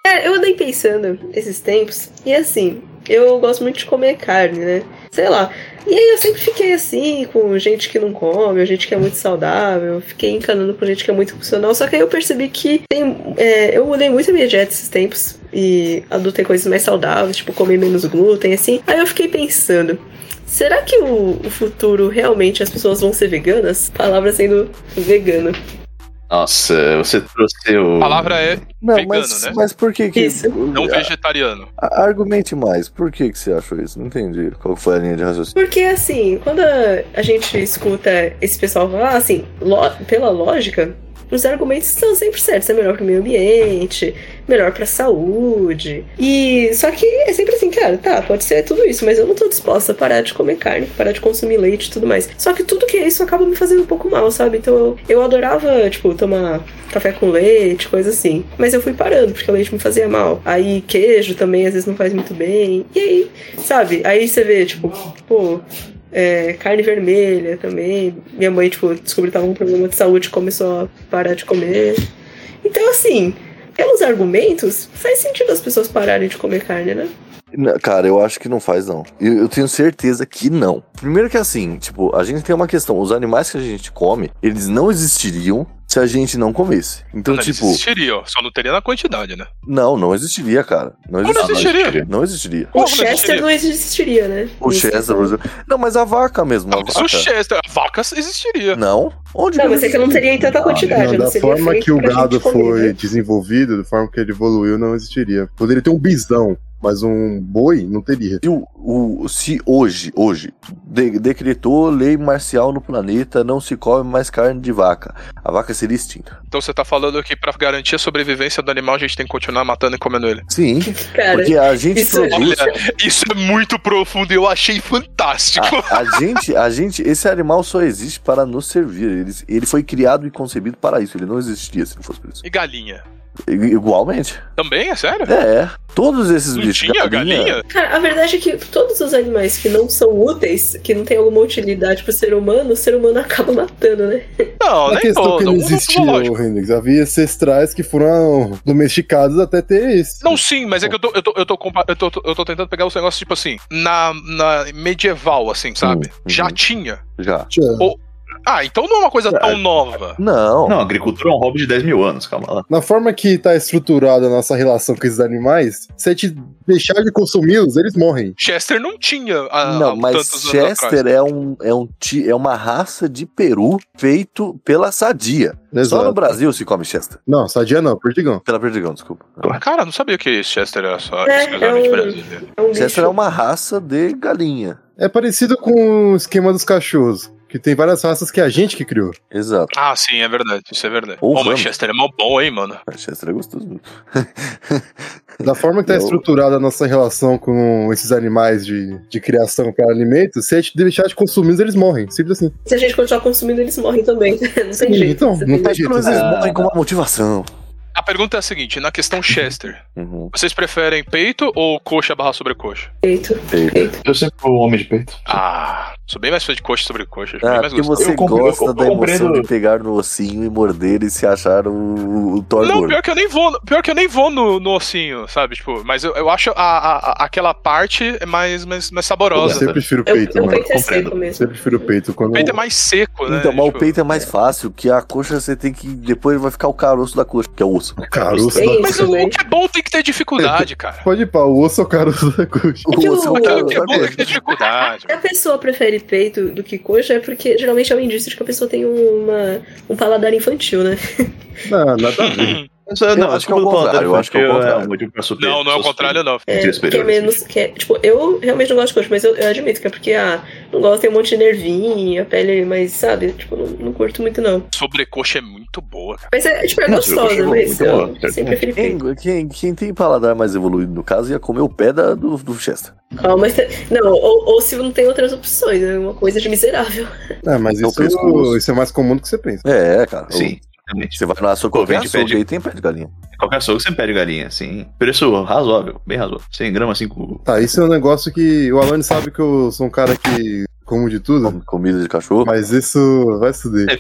Cara, É, eu andei pensando esses tempos, e assim, eu gosto muito de comer carne, né? Sei lá, E aí eu sempre fiquei assim, com gente que não come, gente que é muito saudável, fiquei encanando com gente que é muito funcional, só que aí eu percebi que tem, é, eu mudei muito a minha dieta esses tempos e adotei coisas mais saudáveis, tipo comer menos glúten, assim. Aí eu fiquei pensando. Será que o, o futuro realmente as pessoas vão ser veganas? Palavra sendo vegana.
Nossa, você trouxe o.
A palavra é
Não,
Vegano,
mas,
né?
mas por que que...
Isso.
Ah.
não vegetariano.
A- Argumente mais, por que, que você achou isso? Não entendi qual foi a linha de raciocínio.
Porque assim, quando a, a gente escuta esse pessoal falar, assim, lo- pela lógica, os argumentos são sempre certos. É melhor pro meio ambiente, melhor pra saúde. E só que é sempre assim, cara, tá, pode ser tudo isso, mas eu não tô disposta a parar de comer carne, parar de consumir leite e tudo mais. Só que tudo que é isso acaba me fazendo um pouco mal, sabe? Então eu, eu adorava, tipo, tomar café com leite, coisa assim. Mas eu fui parando, porque o leite me fazia mal. Aí queijo também, às vezes não faz muito bem. E aí, sabe? Aí você vê, tipo, pô, é, carne vermelha também. Minha mãe, tipo, descobriu que tava com um problema de saúde e começou a parar de comer. Então, assim, pelos argumentos, faz sentido as pessoas pararem de comer carne, né?
N- Cara, eu acho que não faz, não. Eu, eu tenho certeza que não. Primeiro que assim, tipo, a gente tem uma questão. Os animais que a gente come, eles não existiriam se a gente não comesse. Então,
não, ele
tipo,
existiria, ó, só não teria na quantidade, né?
não, não existiria, cara. Não
Como não
existiria.
existiria?
Não existiria.
Como
o
não
Chester
existiria?
não existiria, né?
O
Isso.
Chester, por exemplo. Não, mas a vaca mesmo. a
Não, mas
vaca.
o Chester, a vaca existiria.
Não? Onde
Não, mas é que eu não teria em tanta
Ah,
quantidade.
Não,
não
da
É, seria
forma
feito
que o
pra gente
gado
comer,
foi
né?
desenvolvido, da forma que ele evoluiu, não existiria. Poderia ter um bisão, mas um boi não teria.
Se, o, o- se hoje, hoje, de- decretou lei marcial no planeta, não se come mais carne de vaca. A vaca seria extinta.
Então você tá falando que pra garantir a sobrevivência do animal a gente tem que continuar matando e comendo ele.
Sim,
Cara,
porque a gente
é
isso- é
produz.
Isso é muito profundo e eu achei fantástico.
A, a gente, a gente, esse animal só existe para nos servir. Ele, ele foi criado e concebido para isso. Ele não existiria se não fosse por isso.
E galinha?
I- Igualmente.
Também? É sério?
É, todos esses
Não
bichos.
tinha galinha?
cara, a verdade é que todos os animais que não são úteis, que não tem alguma utilidade pro ser humano, o ser humano acaba matando, né?
Não,
a
nem
questão
todo.
que não
um
existia,
zoológico.
ô, Hendrix, havia ancestrais que foram domesticados até ter esse.
Não, sim, mas é que eu tô, eu tô, eu tô, compa- eu tô, eu tô tentando pegar os negócios, tipo assim, na, na medieval, assim, sabe?
Hum,
Já
uhum.
tinha.
Já.
Tchau.
Ah, então não é uma coisa tão nova.
Não.
Não, agricultura é um hobby de 10 mil anos, calma lá.
Na forma que tá estruturada a nossa relação com esses animais, se a gente deixar de consumi-los, eles morrem.
Chester não tinha há,
Não,
Ah, há
mas
tantos anos atrás.
Chester é, um, é, um, ti- é uma raça de peru feito pela sadia. Só
Exato.
no Brasil se come Chester.
Não, sadia não, perdigão.
Pela Perdigão, desculpa.
Cara, não sabia que Chester era só
É,
exclusivamente
é um-
brasileiro.
É um bicho.
Chester é uma raça de galinha.
É parecido com o esquema dos cachorros, que tem várias raças que é a gente que criou.
Exato.
Ah, sim, é verdade. Isso é verdade.
Ou
Ô,
vamos.
Manchester é mó bom, hein, mano.
Chester é gostoso.
Da forma que tá
Eu-
estruturada a nossa relação com esses animais de, de criação para alimentos, se a gente deixar de consumi-los, eles morrem. Simples assim.
Se a gente continuar consumindo, eles morrem também. Não tem
Sim,
jeito.
então,
Você
não
tem-
tem
Mas
jeito.
pelo
né?
menos eles
assim.
morrem com uma motivação.
A pergunta é a seguinte, na questão Chester,
Uhum.
vocês preferem peito ou coxa barra sobrecoxa?
jeito.
Eu sempre fui um homem de peito.
Ah, sou bem mais fã de coxa sobre coxa, acho é bem
Ah,
mais
porque
gostoso.
você
Eu compre- eu
gosta
co-
da
eu
emoção
compreendo.
de pegar no ossinho e morder e se achar o, o Thor
Não,
gordo.
pior que eu nem vou, pior que eu nem vou no, no ossinho, sabe? Tipo, mas eu, eu acho a, a- a- aquela parte é mais, mais, mais
Eu
saborosa.
sempre prefiro o
Eu,
peito,
eu
tá mano.
peito é seco
Eu
mesmo.
sempre prefiro o peito. Quando...
O peito é mais seco, né?
Então, mas o
Tipo,
peito é mais fácil, que a coxa você tem que. Depois vai ficar o caroço da coxa, que é o osso.
Caroço
Tem
da...
Mas o,
também.
o que é bom tem que ter dificuldade, cara.
Pode ir pra o osso ou caroço da coxa.
O osso é o
Aquilo-
Aquilo
caroço
que é
da
bom tem que
coxa.
ter dificuldade.
Se a pessoa prefere peito do que coxa, é porque geralmente é um indício de que a pessoa tem uma, um paladar infantil, né?
Não, nada a ver.
Eu
acho que é o contrário, eu acho que é o
um
contrário.
Não, não é o contrário, não.
É,
Dias
que é
superiores.
menos. Que é- tipo, eu realmente não gosto de coxa, mas eu, eu admito que é porque ah, não gosto, tem um monte de nervinho, a pele, mas sabe, tipo, não, não curto muito não.
Sobrecoxa é muito boa, cara.
Mas é, tipo, é
Não,
gostosa,
eu gosto,
mas
eu
eu
gosto, eu
sempre preferi peito.
Quem, quem, quem tem paladar mais evoluído, no caso, ia comer o pé da, do, do Chester.
Ah, mas te- não, ou, ou se não tem outras opções, é uma coisa de miserável.
Ah, mas
É o
isso,
pescoço.
isso é mais comum do que você pensa.
É, cara.
Sim,
O-
realmente.
Você vai na sua
Pô, vem
qualquer
de
açougue
pé de-
aí, tem pé de galinha.
Qualquer açougue você pede galinha, sim. Preço razoável, bem razoável. 100 gramas, 5...
Tá, isso é um negócio que. O Alan sabe que eu sou um cara que como de tudo,
Com- Comida de cachorro.
mas isso vai se fuder.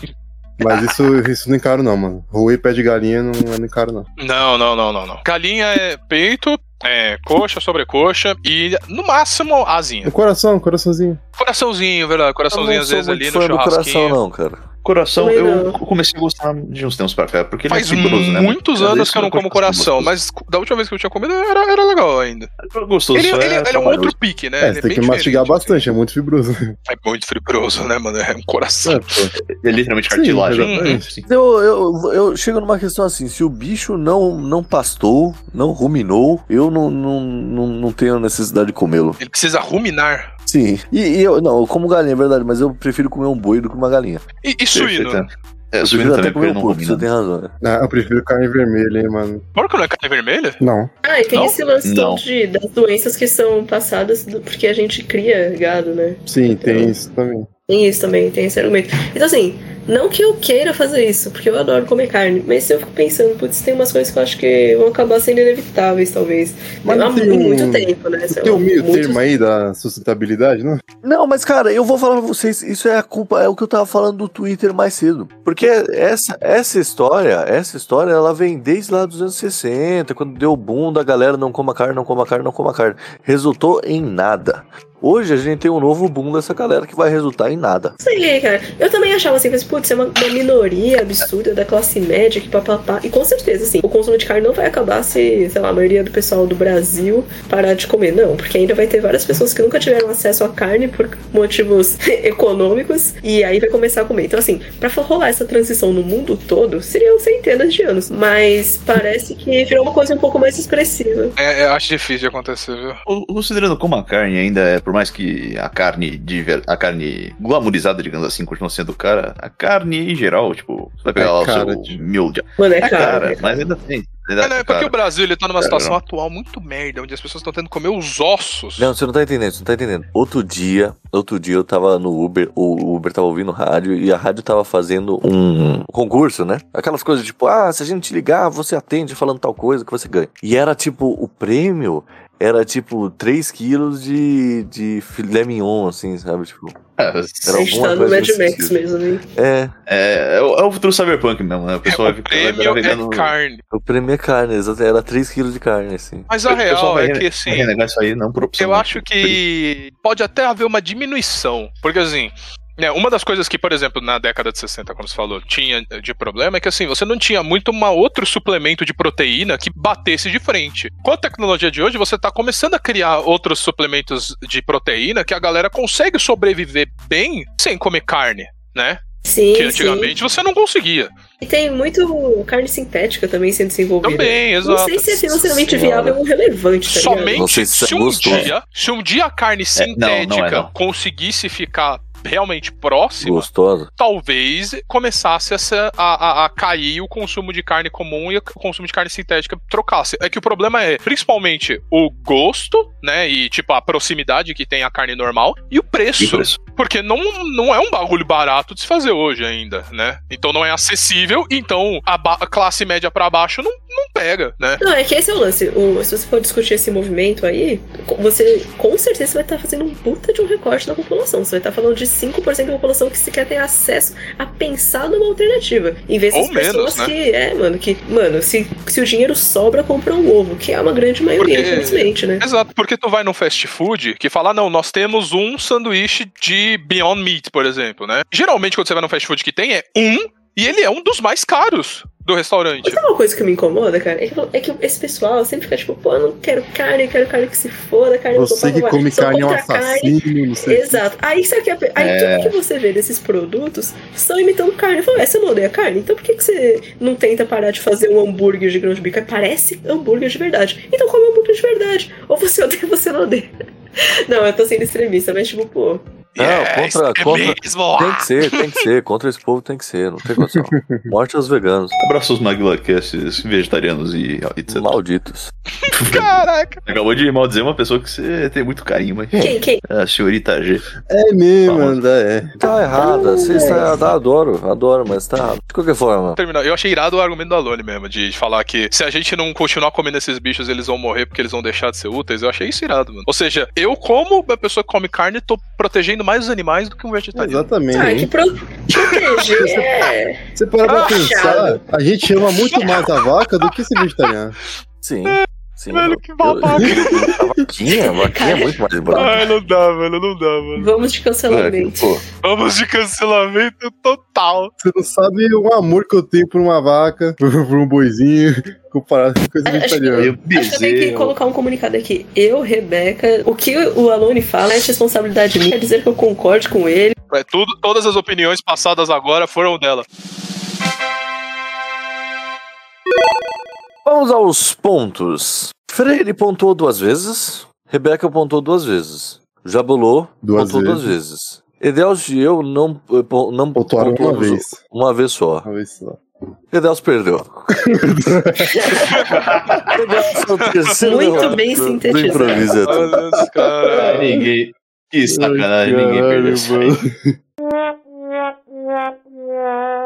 Mas isso, isso não encaro, não, mano. Rua e pé de galinha não é não encaro, não.
Não, não, não, não, não. Galinha é peito, é coxa, sobrecoxa e no máximo asinha.
É coração, coraçãozinho.
Coraçãozinho, verdade. Coraçãozinho às vezes ali no
do coração,
churrasquinho.
não, cara.
Coração,
Também
eu
não.
comecei a gostar de uns tempos pra cá, porque ele
Faz
é fibroso, né?
muitos
Mas
anos
isso
que eu não
é uma
como
coisa
coração,
gostosa.
mas da última vez que eu tinha comido era, era legal ainda.
É Gostoso,
Ele,
só
ele- ele é um
trabalhoso.
outro pique, né?
É,
Ele
você tem que
bem
mastigar
diferente,
bastante, é muito fibroso.
assim. É muito fibroso, né, mano? É um coração.
É, pô.
É literalmente
Sim,
cartilagem.
exatamente.
Uhum, sim.
Eu, eu, eu chego numa questão assim, se o bicho não, não pastou, não ruminou, eu não, não, não, não tenho necessidade de comê-lo.
Ele precisa ruminar.
Sim. E, e eu, não, eu como galinha, é verdade, mas eu prefiro comer um boi do que uma galinha.
E, e suíno?
Perfeito. É,
Eu prefiro
suíno
até
também, porque
comer
ele
um
não
porco, você
combina.
tem razão. né?
Ah, eu prefiro carne vermelha, hein, mano.
Porco não é carne vermelha?
Não.
Ah, e tem
Não?
esse lance
Não.
todo de, das doenças que são passadas do- porque a gente cria gado, né?
Sim, tem isso também.
Tem isso também, tem esse argumento. Então, assim, não que eu queira fazer isso, porque eu adoro comer carne, mas eu fico pensando, putz, tem umas coisas que eu acho que vão acabar sendo inevitáveis, talvez.
Mas
há
não tem
mu-
um-
muito tempo, né? sei
Tem
lá,
o meio
muitos-
termo aí da sustentabilidade, não?
Não, mas cara, eu vou falar pra vocês, isso é a culpa, é o que eu tava falando do Twitter mais cedo. Porque essa, essa história, essa história, ela vem desde lá dos anos 60, quando deu o boom da galera não coma carne, não coma carne, não coma carne. Resultou em nada. Hoje a gente tem um novo boom dessa galera que vai resultar em nada.
sei, cara. Eu também achava assim, mas, putz, é uma, uma minoria absurda da classe média que papapá. E com certeza, assim, o consumo de carne não vai acabar se, sei lá, a maioria do pessoal do Brasil parar de comer, não. Porque ainda vai ter várias pessoas que nunca tiveram acesso à carne por motivos econômicos e aí vai começar a comer. Então, assim, pra rolar essa transição no mundo todo, seriam centenas de anos. Mas parece que virou uma coisa um pouco mais expressiva.
É, eu acho difícil de acontecer, viu?
O- o Considerando como a carne ainda é, por mais que a carne de ver- a carne glamourizada, digamos assim, continua sendo cara, a carne em geral, tipo, você vai pegar
É
lá
cara,
o seu
tio.
miolo de
Mano, é,
é
Ah,
caro.
cara,
né?
mas ainda tem. Ainda
É, não, é
tem
porque
cara.
o Brasil ele tá numa
Cara,
situação
não.
atual muito merda, onde as pessoas estão tendo que comer os ossos.
Não, você não tá entendendo, você não tá entendendo. Outro dia, outro dia eu tava no Uber, o Uber tava ouvindo rádio e a rádio tava fazendo um concurso, né? Aquelas coisas tipo, ah, se a gente te ligar, você atende falando tal coisa que você ganha. E era tipo, o prêmio era tipo 3 quilos de, de filé mignon, assim, sabe? Tipo,
A gente
alguma
tá no
coisa
Mad
nesse
Max
sentido.
mesmo, hein?
é,
É, é, o, é o futuro cyberpunk mesmo, né? O pessoal vai
É o
ficar vai virar
prêmio
vegano-
é carne.
o prêmio é carne, exato, era 3 quilos de carne, assim.
Mas a
O pessoal
real
vai
é
rene-
que, assim,
vai renegar isso aí, não por opção. né?
eu acho que pode até haver uma diminuição. Porque, assim, né, uma das coisas que, por exemplo, na década de 60, como você falou, tinha de problema é que, assim, você não tinha muito uma outro suplemento de proteína que batesse de frente. Com a tecnologia de hoje, você tá começando a criar outros suplementos de proteína que a galera consegue sobreviver bem sem comer carne, né?
Sim,
Que
sim.
antigamente você não conseguia.
E tem muito carne sintética também sendo desenvolvida.
Também,
Não
exato.
sei se é financeiramente
Senhora.
viável ou relevante, tá ligado?
Não
Somente
sei se
se
é
um,
gostoso.
dia, se um dia a carne sintética
não, não é, não.
conseguisse ficar realmente próxima,
Gostosa.
talvez começasse a, ser- a- a- a cair o consumo de carne comum e o consumo de carne sintética trocasse. É que o problema é, principalmente, o gosto, né? E tipo a proximidade que tem a carne normal e o preço.
Isso.
Porque não, não é um bagulho barato de se fazer hoje ainda, né? Então não é acessível, então a, ba- a classe média pra baixo não, não pega, né?
Não, é que esse é o lance. O- se você for discutir esse movimento aí, co- você com certeza vai estar fazendo um puta de um recorte na população. Você vai estar falando de 5% da população que sequer tem acesso a pensar numa alternativa. Em vez das
Ou menos,
pessoas
né?
que. É, mano, que. Mano, se, se o dinheiro sobra, compra um ovo, que é uma grande maioria,
Porque-
infelizmente, né?
Exato, porque tu vai num fast food que fala, "Ah, não, nós temos um sanduíche de Beyond Meat, por exemplo, né? Geralmente, quando você vai num fast food que tem, é um, e ele é um dos mais caros do restaurante.
Sabe uma coisa que me incomoda, cara? É que, é que esse pessoal sempre fica tipo, pô, eu não quero carne, eu quero carne que se foda, carne não
Você que
comprar,
come
sou
carne é um
contra a
assassino, não sei.
Exato. Aí, sabe que a, aí
É.
tudo que você vê desses produtos são imitando carne. Eu falo, é, você não odeia carne? Então por que, que você não tenta parar de fazer um hambúrguer de grão de bico? Parece hambúrguer de verdade. Então come hambúrguer de verdade. Ou você odeia ou você não odeia. Não, eu tô sendo extremista, mas tipo, pô.
Não, contra-
é
contra-
mesmo.
Tem que ser, tem que ser. Contra esse povo tem que ser, não tem condição. Morte aos veganos,
Abraços MaguilaCasts, vegetarianos e etc.
malditos.
Caraca.
Acabou de maldizer uma pessoa que você tem muito carinho,
Hum,
mas.
Quem, quem?
A senhorita G.
É mesmo,
Vamos.
mano, é.
Tá errada, você está. tá- Adoro, adoro, mas tá errado. De qualquer forma,
Terminar. Eu achei irado o argumento da Lone mesmo, de, de falar que se a gente não continuar comendo esses bichos, eles vão morrer porque eles vão deixar de ser úteis. Eu achei isso irado, mano. Ou seja, eu como, a pessoa que come carne, tô protegendo comendo mais os animais do que um vegetariano.
Exatamente.
Ah, que
hein?
pro... proteger. é.
Você para pra
Ah,
pensar, a gente ama muito mais a vaca do que esse vegetariano.
Sim. Sim.
Velho,
Eu-
que babaca.
eu- a vaquinha, a vaquinha é muito mais barata.
Ai, não dá, velho, não dá, mano.
Vamos de
É,
cancelamento.
Pô,
Vamos de cancelamento total.
Você não sabe o amor que eu tenho por uma vaca, por por um boizinho, comparado com esse
Acho-
vegetariano.
Eu
Acho que eu tenho que colocar um comunicado aqui. Eu, Rebeca, o que o Alone fala é responsabilidade minha. Quer dizer que eu concorde com ele.
É, tudo, todas as opiniões passadas agora foram dela.
Vamos aos pontos. Freire pontuou duas vezes. Rebeca pontuou duas vezes. Jabulô
Duas
pontuou duas vezes. Edelcio e eu não, eh, pon- não
Pontuaram uma
pontuamos
vez.
Uma vez só.
Uma vez só.
Edelcio perdeu. Edelcio é o terceiro
Muito
derrotado
bem
do- do
sintetizado.
improviso, é tudo.
Olha os caras.
Ninguém. Que sacanagem, ninguém
Caralho,
perdeu isso aí.
mano.